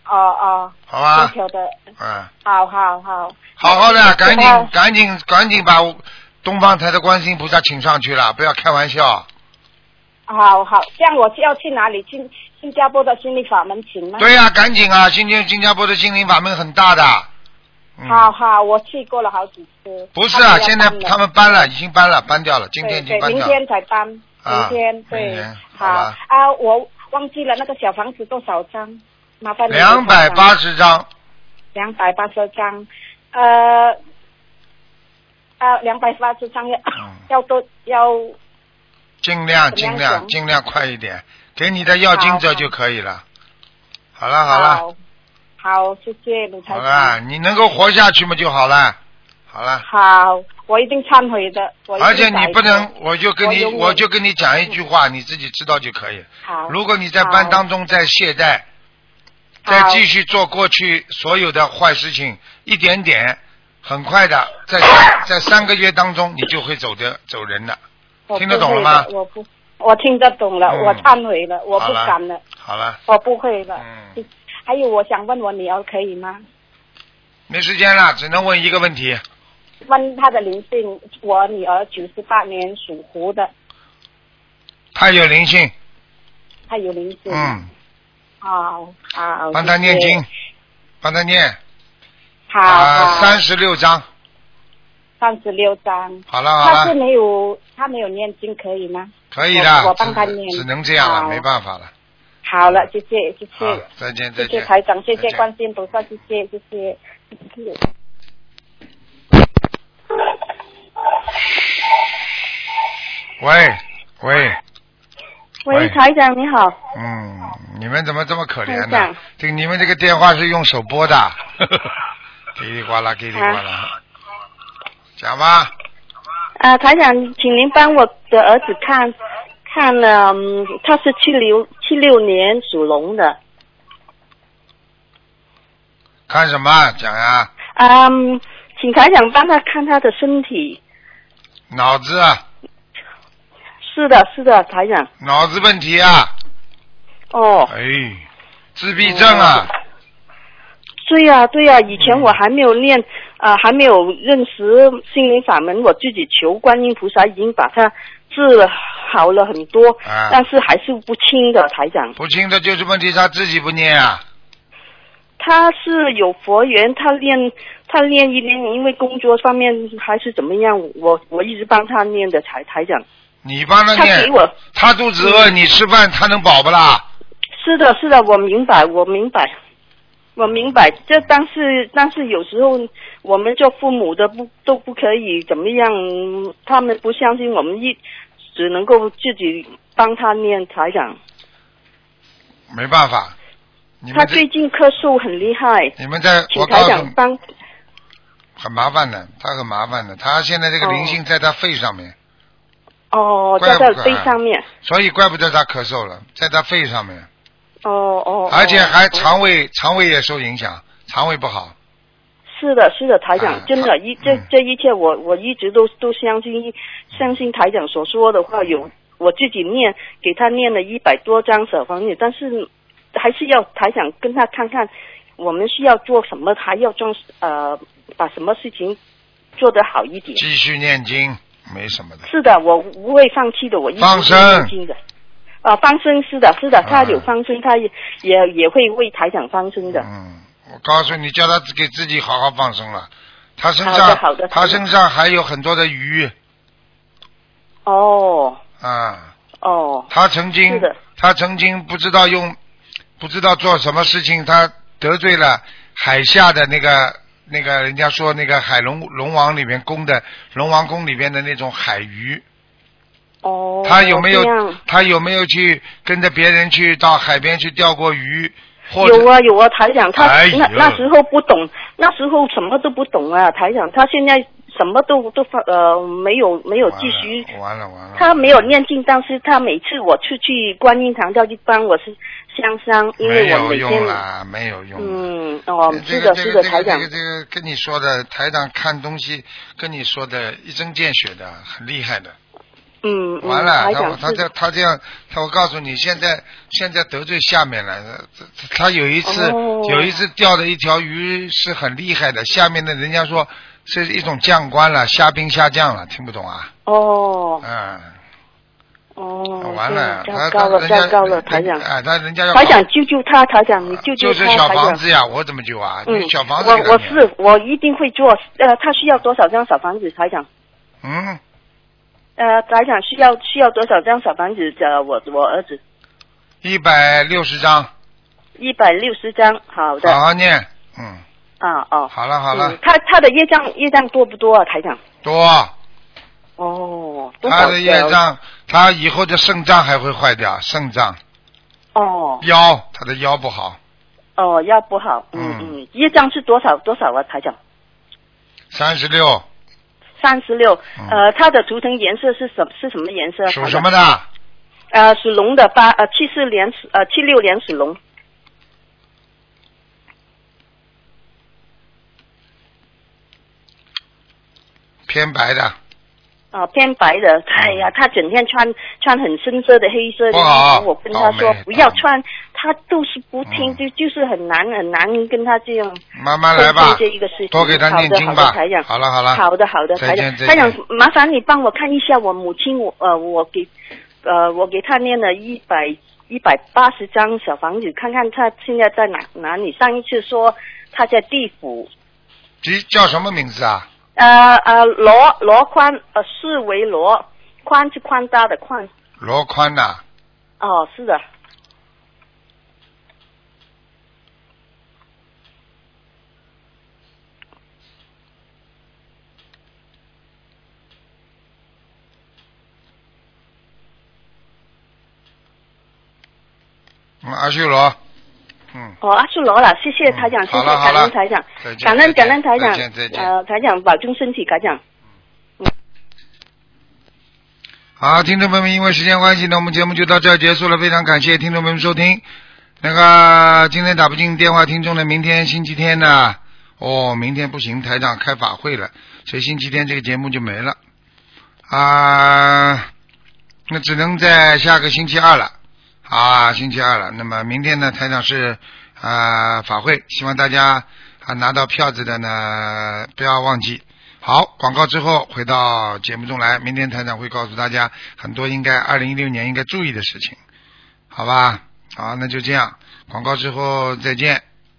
Speaker 10: 对哦哦，
Speaker 1: 好
Speaker 10: 空
Speaker 1: 吧，
Speaker 10: 调的，
Speaker 1: 嗯，
Speaker 10: 好好好，
Speaker 1: 好好的，赶
Speaker 10: 然后
Speaker 1: 紧赶紧赶紧把东方台的观世音菩萨请上去了，不要开玩笑。
Speaker 10: 好好，这样我是要去哪里？新新加坡的心理法门请吗？
Speaker 1: 对呀、赶紧啊，新天新加坡的心灵法门很大的，
Speaker 10: 好
Speaker 1: 嗯，
Speaker 10: 好，我去过了好几次。
Speaker 1: 不是啊，
Speaker 10: 们要
Speaker 1: 现在
Speaker 10: 搬了
Speaker 1: 他们搬了，已经搬了，搬掉了，今天已经
Speaker 10: 对对，
Speaker 1: 搬
Speaker 10: 明
Speaker 1: 掉了
Speaker 10: 天，才搬，
Speaker 1: 啊
Speaker 10: 明天
Speaker 1: 明
Speaker 10: 对
Speaker 1: 天，
Speaker 10: 好
Speaker 1: 好吧
Speaker 10: 啊，我忘记了那个小房子多少张，麻烦你
Speaker 1: 两百八十张，
Speaker 10: 两百八十张，呃，啊，两百八十张要、
Speaker 1: 嗯
Speaker 10: 要多要
Speaker 1: 尽量
Speaker 10: 怎么样
Speaker 1: 尽量
Speaker 10: 讲
Speaker 1: 尽量快一点，给你的要经
Speaker 10: 好
Speaker 1: 者
Speaker 10: 好
Speaker 1: 就可以了。好了好了
Speaker 10: 好，好，谢谢卢台
Speaker 1: 好
Speaker 10: 长
Speaker 1: 了，，你能够活下去嘛就好了，好了。
Speaker 10: 好，我一定忏悔的，我一定
Speaker 1: 而且
Speaker 10: 改
Speaker 1: 你
Speaker 10: 的
Speaker 1: 不能，我就跟
Speaker 10: 我
Speaker 1: 你，
Speaker 10: 永远
Speaker 1: 我就跟你讲一句话，你自己知道就可以。
Speaker 10: 好，
Speaker 1: 如果你在班
Speaker 10: 好
Speaker 1: 当中再懈怠，
Speaker 10: 好
Speaker 1: 再继续做过去所有的坏事情，一点点，很快的，在 在三个月当中，你就会走的走人了。
Speaker 10: 我
Speaker 1: 听得
Speaker 10: 不
Speaker 1: 懂了
Speaker 10: 会
Speaker 1: 吗
Speaker 10: 的我不，我听得懂了，
Speaker 1: 嗯
Speaker 10: 我忏悔了，我
Speaker 1: 好
Speaker 10: 不
Speaker 1: 了
Speaker 10: 敢了，
Speaker 1: 好了，
Speaker 10: 我哦不会了。
Speaker 1: 嗯
Speaker 10: 还有，我想问问你哦，可以吗？
Speaker 1: 没时间了，只能问一个问题：
Speaker 10: 问他的灵性，我女儿九十八年属虎的，
Speaker 1: 他有灵性，
Speaker 10: 她有灵性。，
Speaker 1: 嗯，
Speaker 10: 好好。
Speaker 1: 帮他念
Speaker 10: 谢谢
Speaker 1: 经。，帮他念
Speaker 10: 好。
Speaker 1: 啊，
Speaker 10: 好
Speaker 1: 三。十六章，
Speaker 10: 三十六章。
Speaker 1: 好啊了好
Speaker 10: 他是
Speaker 1: 了，
Speaker 10: 没有他没有念经可以吗？
Speaker 1: 可以
Speaker 10: 我
Speaker 1: 的
Speaker 10: 我，帮他念
Speaker 1: 只只能这样了，
Speaker 10: 好
Speaker 1: 没办法了。
Speaker 10: 好了，谢谢谢
Speaker 1: 好
Speaker 10: 谢，
Speaker 1: 再见再
Speaker 10: 谢谢
Speaker 1: 见。
Speaker 10: 台长，谢
Speaker 1: 再
Speaker 10: 谢
Speaker 1: 见
Speaker 10: 关心菩萨，谢谢谢谢谢谢。
Speaker 1: 喂喂，喂
Speaker 4: 喂，台长你好，
Speaker 1: 嗯，你们怎么这么可怜
Speaker 4: 台
Speaker 1: 呢
Speaker 4: 长？
Speaker 1: 这个你们这个电话是用手拨 的，叽里呱啦叽里呱
Speaker 10: 啊
Speaker 1: 啦，讲吧。
Speaker 4: 啊，台长，请您帮我的儿子看看了，嗯他是七六七六年属龙的，
Speaker 1: 看什么？讲呀，
Speaker 4: 嗯，请台长帮他看他的身体。
Speaker 1: 脑子啊
Speaker 4: 是的，是的，台长。
Speaker 1: 脑子问题啊，
Speaker 4: 哦，
Speaker 1: 哎，自闭症啊，
Speaker 10: 嗯
Speaker 4: 对呀、对呀、以前我还没有念啊、还没有认识心灵法门，我自己求观音菩萨已经把它治了好了很多，
Speaker 1: 啊
Speaker 4: 但是还是不轻的，台长。
Speaker 1: 不清的就是问题，他自己不念啊，
Speaker 4: 他是有佛缘，他练他练一练，因为工作方面还是怎么样，我我一直帮他念的台台长，
Speaker 1: 你帮他
Speaker 4: 他
Speaker 1: 念
Speaker 4: 给，我
Speaker 1: 他肚子饿，
Speaker 10: 嗯
Speaker 1: 你吃饭他能饱不啦？
Speaker 4: 是的，是的，我明白，我明白，我明白。这但是但是有时候我们做父母的不都不可以怎么样，他们不相信我们一，只能够自己帮他念台长。
Speaker 1: 没办法，你
Speaker 4: 他
Speaker 1: 们
Speaker 4: 最
Speaker 1: 这
Speaker 4: 近咳嗽很厉害，
Speaker 1: 你们在，
Speaker 4: 请
Speaker 1: 我
Speaker 4: 台
Speaker 1: 告诉
Speaker 4: 长
Speaker 1: 你，
Speaker 4: 帮。
Speaker 1: 很麻烦的，他很麻烦的，他现在这个
Speaker 4: 哦
Speaker 1: 灵性在他肺上面，
Speaker 4: 哦，
Speaker 1: 怪
Speaker 4: 在
Speaker 1: 不
Speaker 4: 他
Speaker 1: 得
Speaker 4: 的背上面。
Speaker 1: 所以怪不得他咳嗽了，在他肺上面，
Speaker 4: 哦哦。
Speaker 1: 而且
Speaker 4: 哦
Speaker 1: 还
Speaker 4: 哦
Speaker 1: 肠胃肠胃也受影响，肠胃不好，
Speaker 4: 是的，是的，台
Speaker 1: 啊
Speaker 4: 长，真
Speaker 1: 他
Speaker 4: 的，一这
Speaker 1: 嗯
Speaker 4: 这一切我，我一直都都相信，相信台长所说的话有，我自己念给他念了一百多张小房子，但是还是要台长跟他看看，我们需要做什么，还要做呃把什么事情做得好一点。
Speaker 1: 继续念经没什么的。
Speaker 4: 是的，我不会放弃的，我一直
Speaker 1: 放生
Speaker 4: 会念经的。啊，放生是的，是的，他
Speaker 1: 啊
Speaker 4: 有放生，他也也也会为台长放生的。
Speaker 1: 嗯，我告诉你，叫他给自己好好放松了。他身
Speaker 4: 好的
Speaker 1: 上
Speaker 4: 好的，
Speaker 1: 他身上还有很多的鱼
Speaker 4: 哦
Speaker 1: 啊。
Speaker 4: 哦，
Speaker 1: 他曾经
Speaker 4: 是的，
Speaker 1: 他曾经不知道用，不知道做什么事情，他得罪了海下的那个那个，人家说那个海龙龙王里面宫的龙王宫里边的那种海鱼，
Speaker 4: 哦，
Speaker 1: 他有没有
Speaker 4: 这样
Speaker 1: 他有没有去跟着别人去到海边去钓过鱼？或者
Speaker 4: 有啊有啊，台长他、
Speaker 1: 哎呦
Speaker 4: 那那时候不懂，那时候什么都不懂啊，台长他现在什么都都发呃没有没有继续，
Speaker 1: 完了完了完了，
Speaker 4: 他没有念经，但是他每次我出去观音堂要去帮我是香香，因
Speaker 1: 没
Speaker 4: 为我
Speaker 1: 有
Speaker 4: 每
Speaker 1: 用
Speaker 4: 天
Speaker 1: 啦，没有用啦。
Speaker 4: 嗯哦
Speaker 1: 这
Speaker 4: 是
Speaker 1: 个
Speaker 4: 的
Speaker 1: 这
Speaker 4: 是
Speaker 1: 个
Speaker 4: 的
Speaker 1: 这
Speaker 4: 台
Speaker 1: 个这
Speaker 4: 长
Speaker 1: 个这个跟你说的，台长看东西跟你说的一针见血的，很厉害的。
Speaker 4: 嗯嗯
Speaker 1: 完了，
Speaker 4: 台
Speaker 1: 他
Speaker 4: 长
Speaker 1: 他
Speaker 4: 是
Speaker 1: 这他这样，他我告诉你，现在现在得罪下面了。他他他有一次
Speaker 4: 哦
Speaker 1: 有一次钓的一条鱼是很厉害的，下面的人家说是一种将官了，虾兵下将了，听不懂啊？
Speaker 4: 哦
Speaker 1: 嗯，
Speaker 4: 哦
Speaker 1: 完了，
Speaker 4: 这
Speaker 1: 他
Speaker 4: 样糟糕了
Speaker 1: 人家
Speaker 4: 糟糕了台
Speaker 1: 人
Speaker 4: 长
Speaker 1: 哎，他人家要
Speaker 4: 台
Speaker 1: 搞
Speaker 4: 长救救他台长你救救
Speaker 1: 就是
Speaker 4: 他
Speaker 1: 小
Speaker 4: 台
Speaker 1: 房
Speaker 4: 长。
Speaker 1: 子呀，我怎么救啊？
Speaker 4: 嗯
Speaker 1: 你，小房子
Speaker 4: 我
Speaker 1: 给他
Speaker 4: 我
Speaker 1: 念
Speaker 4: 是我一定会做，呃，他需要多少张小房子，台长？
Speaker 1: 嗯，
Speaker 4: 呃，台长需要需要多少张小房子？呃，我我儿子
Speaker 1: 一百六十张，
Speaker 4: 一百六十张，好的
Speaker 1: 好好念，嗯，
Speaker 4: 啊哦，
Speaker 1: 好了好了，
Speaker 4: 嗯，他他的业障业障多不多啊，台长？
Speaker 1: 多，
Speaker 4: 哦，多少
Speaker 1: 他的业
Speaker 4: 条
Speaker 1: 障，他以后的肾脏还会坏掉，肾脏、
Speaker 4: 哦
Speaker 1: 腰，他的腰不好，
Speaker 4: 哦，要不好，嗯
Speaker 1: 嗯
Speaker 4: 嗯，业障是多少多少啊，台长？
Speaker 1: 三十六，
Speaker 4: 三十六，
Speaker 1: 嗯
Speaker 4: 呃，他的图腾颜色是什是什么颜色啊？
Speaker 1: 属
Speaker 4: 台
Speaker 1: 什
Speaker 4: 长
Speaker 1: 么？的？
Speaker 4: 呃，属龙的八呃七四年属呃七六年属龙。
Speaker 1: 偏白的，
Speaker 4: 啊，偏白的，哎呀，他整天穿穿很深色的黑色的
Speaker 1: 嗯不
Speaker 4: 衣
Speaker 1: 好
Speaker 4: 服，我跟他
Speaker 1: 倒
Speaker 4: 说
Speaker 1: 霉
Speaker 4: 不要
Speaker 1: 倒霉
Speaker 4: 穿，他就是不听，
Speaker 1: 嗯
Speaker 4: 就就是很难很难跟他这样
Speaker 1: 慢慢来吧
Speaker 4: 沟通这一个事情，
Speaker 1: 多给他念经
Speaker 4: 好的好
Speaker 1: 吧
Speaker 4: 的台。长，
Speaker 1: 好了好了，
Speaker 4: 好的好的，
Speaker 1: 再
Speaker 4: 台
Speaker 1: 见
Speaker 4: 长，
Speaker 1: 再
Speaker 4: 台长
Speaker 1: 见。，
Speaker 4: 麻烦你帮我看一下我母亲，我呃我给呃我给他念了一百一百八十张小房子，看看他现在在哪哪里。上一次说他在地府，
Speaker 1: 这叫什么名字啊？
Speaker 4: 呃呃，罗罗宽，呃，四维罗，宽是宽大的宽。
Speaker 1: 罗宽呐、
Speaker 4: 哦，是的，
Speaker 1: 嗯阿修罗，嗯，
Speaker 4: 哦，阿修罗了，谢谢台长，谢
Speaker 1: 好
Speaker 4: 谢
Speaker 1: 了好
Speaker 4: 感
Speaker 1: 了
Speaker 4: 恩台长，
Speaker 1: 再见，
Speaker 4: 感恩感恩台长
Speaker 1: 再见再，见。
Speaker 4: 呃，台长保重身体，台长。
Speaker 1: 好，听众朋友们，因为时间关系呢，我们节目就到这儿结束了。非常感谢听众朋友们收听。那个今天打不进电话，听众呢，明天星期天呢，哦，明天不行，台长开法会了，所以星期天这个节目就没了啊、那只能在下个星期二了啊，星期二了。那么明天呢，台长是啊、法会，希望大家啊拿到票子的呢不要忘记。好，广告之后回到节目中来，明天台长会告诉大家很多应该二零一六年应该注意的事情，好吧？好，那就这样，广告之后再见。